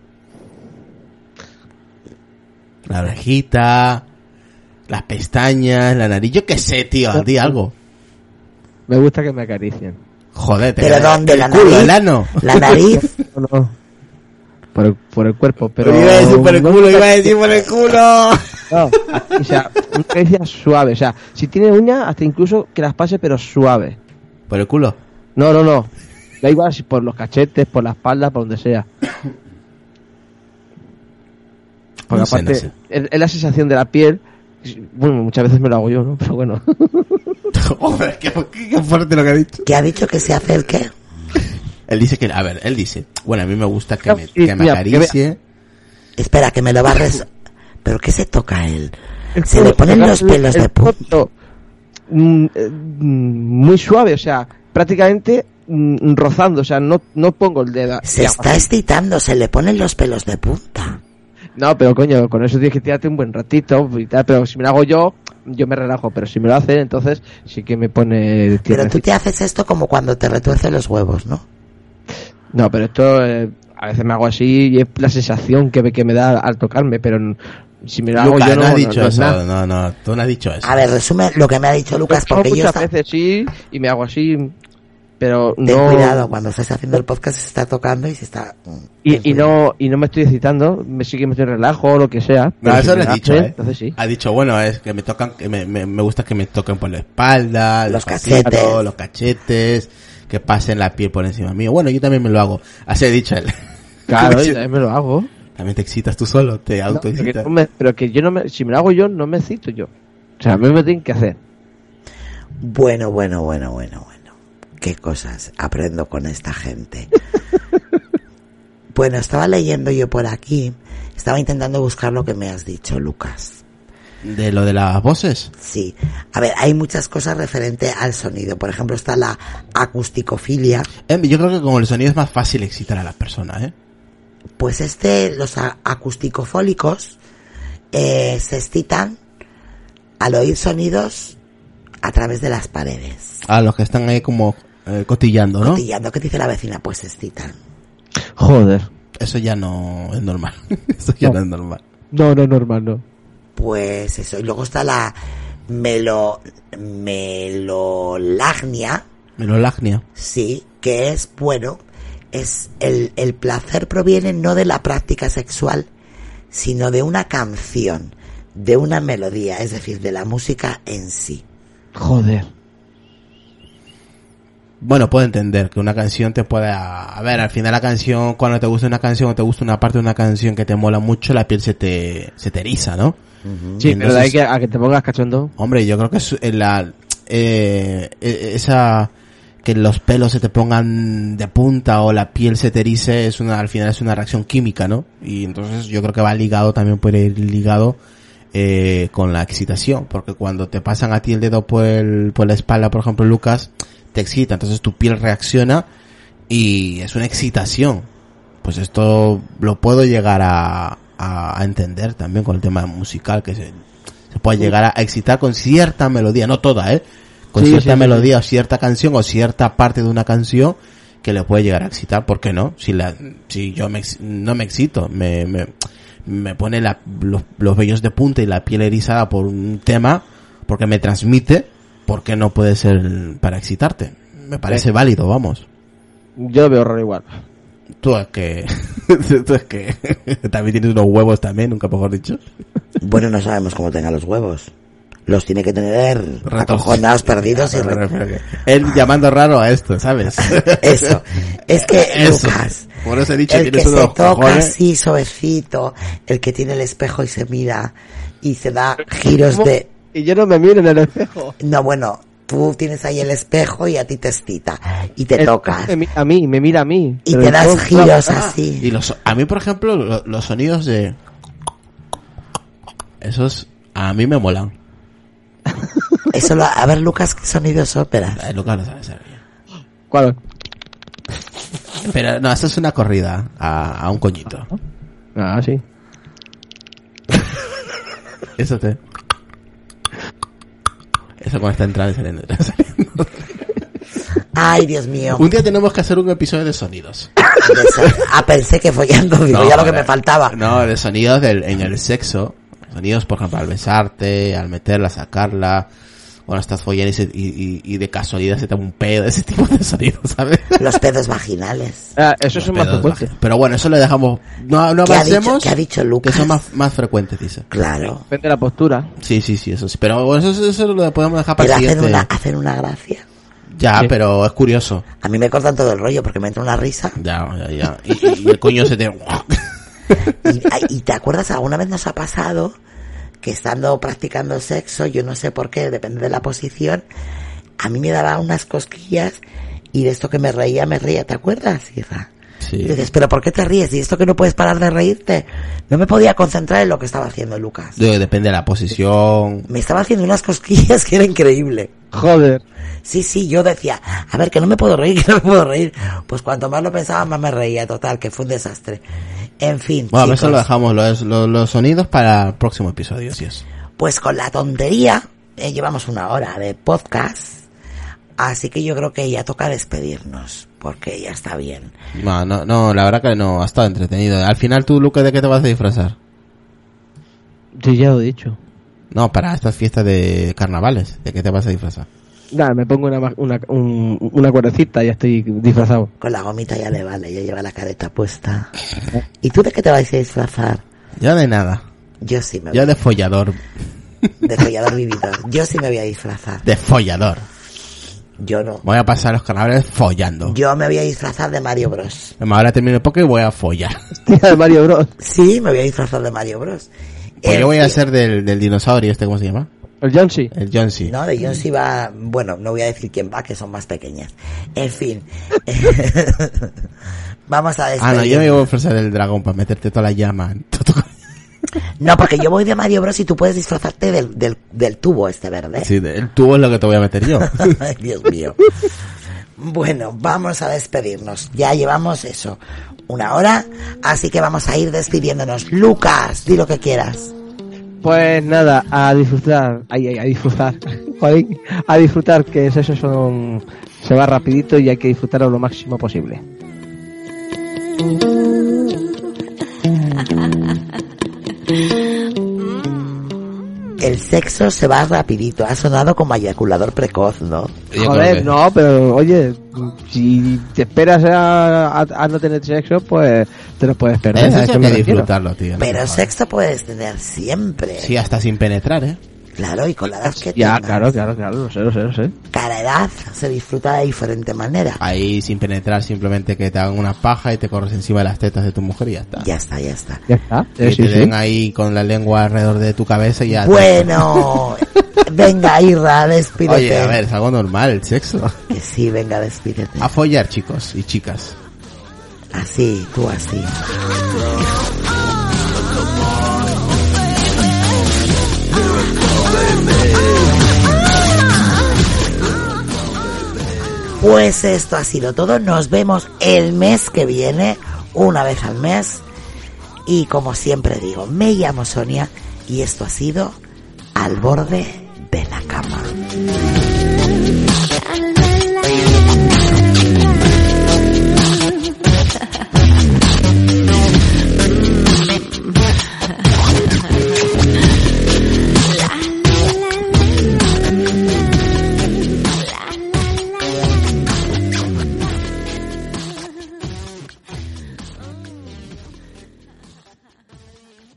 S7: La orejita, las pestañas, la nariz, yo qué sé, tío, a ti algo.
S6: Me gusta que me acaricien.
S7: Joder, te
S4: ¿Pero dónde? ¿La
S7: el culo,
S4: nariz?
S7: el ano.
S4: La nariz.
S6: No, no. Por el, por el cuerpo, pero.
S7: Iba a decir por el
S6: no-
S7: culo, iba a decir por el culo.
S6: no, o sea, una caricia suave. O sea, si tiene uñas, hasta incluso que las pase, pero suave.
S7: Por el culo.
S6: No, no, no. Da igual si por los cachetes, por la espalda, por donde sea. Porque
S7: No sé,
S6: aparte,
S7: no sé.
S6: Es, es la sensación de la piel. Bueno, muchas veces me lo hago yo, ¿no? Pero bueno.
S7: Joder, qué, qué- qué fuerte lo que ha dicho.
S4: ¿Qué ha dicho que se acerque?
S7: Él dice que, a ver, él dice, bueno, a mí me gusta que me,
S6: Sí,
S7: que me
S6: mira, porque
S7: acaricie.
S4: Espera, que me lo barres. ¿Pero qué se toca él?
S6: El
S4: Se
S6: culo,
S4: le ponen los
S6: el-
S4: pelos
S6: el
S4: de punta.
S6: coto. mm, eh, mm, muy suave, o sea, prácticamente mm, rozando, o sea, no, no pongo el dedo.
S4: Se
S6: digamos.
S4: está excitando, se le ponen los pelos de punta.
S6: No, pero coño, con eso tienes que tirarte un buen ratito y tal, pero si me lo hago yo, yo me relajo, pero si me lo hacen, entonces sí que me pone...
S4: Pero tú
S6: tiernecito.
S4: te haces esto como cuando te retuerces los huevos, ¿no?
S6: No, pero esto eh, a veces me hago así y es la sensación que, me- que me da al tocarme, pero n- si me lo hago
S7: Luca,
S6: yo
S7: no,
S6: no,
S7: has
S6: no-
S7: dicho
S6: no es
S7: eso.
S6: nada.
S7: No, no, tú no has dicho eso.
S4: A ver, resume lo que me ha dicho Lucas,
S6: Yo
S4: porque yo
S6: muchas
S4: está...
S6: veces sí y me hago así, pero
S4: Ten
S6: no...
S4: cuidado, cuando estás haciendo el podcast se está tocando y se está... ten
S6: Y, y
S4: cuidado.
S6: no y no me estoy excitando, me sí que me estoy relajo o lo que sea.
S7: No,
S6: pero si me
S7: eso lo has
S6: hacen,
S7: dicho, ¿eh?
S6: Entonces sí.
S7: Ha dicho, bueno, es que me tocan, que me, me, me gusta que me toquen por la espalda,
S4: Los
S7: despacito,
S4: cachetes.
S7: los cachetes, que pasen la piel por encima mío. Bueno, yo también me lo hago. Así ha dicho él.
S6: Claro,
S7: Como
S6: yo
S7: yo-
S6: también me lo hago.
S7: también te excitas tú solo, te
S6: No, pero, que
S7: autoexcitas.
S6: no me- pero que yo no me, si me lo hago yo, no me excito yo. O sea, a mí me tienen que hacer.
S4: Bueno, bueno, bueno, bueno, bueno. Qué cosas aprendo con esta gente. bueno, estaba leyendo yo por aquí, estaba intentando buscar lo que me has dicho, Lucas.
S7: De lo de las voces.
S4: Sí. A ver, hay muchas cosas referente al sonido. Por ejemplo, está la acusticofilia.
S7: Eh, Yo creo que con el sonido es más fácil excitar a las personas, ¿eh?
S4: Pues este, los a- acusticofólicos eh, se excitan al oír sonidos a través de las paredes.
S7: A los que están ahí como eh, cotillando, ¿no?
S4: Cotillando, ¿qué dice la vecina? Pues se excitan.
S6: Joder.
S7: Eso ya no es normal. Eso ya no,
S6: No.
S7: es normal.
S6: No, no, normal, no.
S4: Pues eso. Y luego está la melo, melolagnia,
S7: Melolagnia.
S4: sí, que es, bueno, es el, el placer proviene no de la práctica sexual, sino de una canción, de una melodía, es decir, de la música en sí.
S6: Joder.
S7: Bueno, puedo entender que una canción te pueda... A ver, al final la canción, cuando te gusta una canción o te gusta una parte de una canción que te mola mucho, la piel se te, se te eriza, ¿no?
S6: Sí, pero de
S7: Entonces-
S6: ahí que, a que te pongas cachondo.
S7: Hombre, yo creo que es en la... eh, eh, esa... Que los pelos se te pongan de punta o la piel se te erice, es una, al final es una reacción química, ¿no? Y entonces yo creo que va ligado, también puede ir ligado eh, con la excitación, porque cuando te pasan a ti el dedo por, el- por la espalda, por ejemplo, Lucas, te excita, entonces tu piel reacciona y es una excitación. Pues esto lo puedo llegar a, a, a entender también con el tema musical, que se, se puede llegar a excitar con cierta melodía, no toda, ¿eh? Con
S6: Sí, sí,
S7: cierta
S6: sí.
S7: melodía o cierta canción o cierta parte de una canción que le puede llegar a excitar, ¿por qué no? Si la, si yo me, ex- no me excito, me, me, me pone la- los, los vellos de punta y la piel erizada por un tema, porque me transmite, ¿por qué no puede ser para excitarte? Me parece válido, vamos.
S6: Yo lo veo raro igual.
S7: Tú es que, tú es que también tienes unos huevos también, nunca mejor dicho.
S4: Bueno, no sabemos cómo tengan los huevos. Los tiene que tener
S7: Retorcidos.
S4: acojonados, perdidos y... re-
S7: Él llamando raro a esto, ¿sabes?
S4: Eso. Es que,
S7: Eso.
S4: Lucas,
S7: Por eso he dicho
S4: el que
S7: tienes
S4: se
S7: unos
S4: toca
S7: cojones.
S4: así suavecito, el que tiene el espejo y se mira y se da giros
S6: ¿Cómo?
S4: de...
S6: Y yo no me miro en el espejo.
S4: No, bueno, tú tienes ahí el espejo y a ti te excita y te
S6: El-
S4: tocas
S6: me mi- a mí, me Ah. mira a mí.
S4: y
S6: Pero
S4: te
S6: el
S4: das
S6: todo-
S4: giros
S7: Y
S4: así.
S7: los, a mí, por ejemplo, lo- los sonidos de... Esos a mí me molan.
S4: Eso lo- a ver, Lucas, ¿qué sonidos óperas?
S7: Eh, Lucas lo sabe hacer bien.
S6: ¿Cuál?
S7: Pero no, eso es una corrida a, a un coñito.
S6: Ah, sí.
S7: Eso te... Eso cuando está entrando y saliendo.
S4: Ay, Dios mío.
S7: un día tenemos que hacer un episodio de sonidos.
S4: De eso- Ah, pensé que follando, digo,
S7: No,
S4: ya lo que
S7: de-
S4: me faltaba.
S7: No, de sonidos del- en el sexo. Sonidos, por ejemplo, al besarte, al meterla, sacarla. Cuando estás follando y, se- y- y- y de casualidad se te da un pedo, ese tipo de sonidos, ¿sabes?
S4: Los pedos vaginales.
S6: Ah, eso es
S7: Los
S6: más
S7: pedos
S6: frecuente.
S7: bajan. Pero bueno, eso lo dejamos. No, no
S4: ¿Qué ha dicho-
S7: avancemos.
S4: qué ha dicho
S7: que
S4: Lucas?
S7: son más, más frecuentes, dice.
S4: Claro.
S6: Depende de la postura.
S7: Sí, sí, sí, eso sí. Pero bueno, eso, eso lo podemos dejar
S4: Pero
S7: para el
S4: hacen
S7: siguiente.
S4: una, hacen una gracia.
S7: Ya,
S6: Sí.
S7: pero es curioso.
S4: A mí me cortan todo el rollo porque me entra una risa.
S7: Ya, ya, ya. Y, y- y el coño se te.
S4: Y, y te acuerdas, alguna vez nos ha pasado que estando practicando sexo, yo no sé por qué, depende de la posición, a mí me daba unas cosquillas y de esto que me reía, me reía. ¿Te acuerdas, hija?
S7: Sí.
S4: Y dices, pero ¿por qué te ríes? ¿Y esto que no puedes parar de reírte? No me podía concentrar en lo que estaba haciendo Lucas.
S7: Depende de la posición.
S4: Me estaba haciendo unas cosquillas que era increíble.
S6: Joder.
S4: Sí, sí, yo decía, a ver, que no me puedo reír, que no me puedo reír. Pues cuanto más lo pensaba, más me reía, total, que fue un desastre. En fin.
S7: Bueno,
S4: chicos,
S7: eso lo dejamos, los, los, los sonidos para el próximo episodio, así es.
S4: Pues con la tontería, eh, llevamos una hora de podcast. Así que yo creo que ya toca despedirnos, porque ya está bien.
S7: No, no, no, la verdad que no, ha estado entretenido. Al final tú, Lucas, ¿de qué te vas a disfrazar?
S6: Yo ya lo he dicho.
S7: No, para estas fiestas de carnavales, ¿de qué te vas a disfrazar?
S6: Nada, me pongo una, ma- una, un- una cuerdecita y ya estoy disfrazado.
S4: Con la gomita ya le vale, ya lleva la careta puesta. ¿Y tú de qué te vais a disfrazar?
S7: Ya de nada,
S4: Yo sí me voy.
S7: ya de follador,
S4: De follador vividor. Yo sí me voy a disfrazar.
S7: de follador.
S4: Yo no.
S7: Voy a pasar los carnavales follando.
S4: Yo me voy a disfrazar de Mario Bros.
S7: Además, Ahora termino el poco y voy a follar.
S6: Tía de Mario Bros.
S4: Sí, me voy a disfrazar de Mario Bros.
S7: Pues
S4: En
S7: yo voy a
S4: fin.
S7: ser del, del dinosaurio este, ¿cómo se llama?
S6: El Johnson.
S7: El John C.
S4: No, de John sí va, bueno, no voy a decir quién va, que son más pequeñas. En fin. Vamos a
S7: ah,
S4: despedir.
S7: no, yo me voy a disfrazar del dragón para meterte toda la llama. en todo tu-
S4: No, porque yo voy de Mario Bros y tú puedes disfrazarte del, del, del tubo este verde.
S7: Sí, de- el tubo es lo que te voy a meter yo.
S4: Ay, Dios mío. Bueno, vamos a despedirnos. Ya llevamos eso, una hora, así que vamos a ir despidiéndonos. Lucas, di lo que quieras.
S6: Pues nada, a disfrutar, ay, ay, a disfrutar, Joder, a disfrutar que eso son, se va rapidito y hay que disfrutarlo lo máximo posible.
S4: El sexo se va rapidito, ha sonado como eyaculador precoz, ¿no?
S7: Yo creo que-
S6: Joder, no, pero oye, si te esperas a, a- a no tener sexo, pues te lo puedes
S7: Eh,
S6: perder.
S7: eso
S6: a
S7: sí
S6: eso
S7: hay
S6: me
S7: que
S6: refiero.
S7: disfrutarlo, tío. no
S4: Pero
S7: jodas.
S4: sexo puedes tener siempre.
S7: Sí, hasta sin penetrar, ¿eh?
S4: Claro, y con la edad que
S6: Ya,
S4: tengas.
S6: claro, claro, claro, lo sé, lo sé, lo sé.
S4: Cada edad se disfruta de diferente manera.
S7: Ahí sin penetrar, simplemente que te hagan una paja y te corres encima de las tetas de tu mujer y ya está.
S4: Ya está, ya está.
S6: Ya está.
S7: Que
S6: Eh, sí,
S7: te
S6: sí.
S7: den ahí con la lengua alrededor de tu cabeza y ya. te-
S4: Bueno, venga, Irra, despídete.
S7: Oye, a ver, Ah. es algo normal el sexo.
S4: Que sí, venga, despídete.
S7: A follar, chicos y chicas.
S4: Así, tú así. Pues esto ha sido todo. Nos vemos el mes que viene, una vez al mes. Y como siempre digo, me llamo Sonia y esto ha sido Al borde de la cama.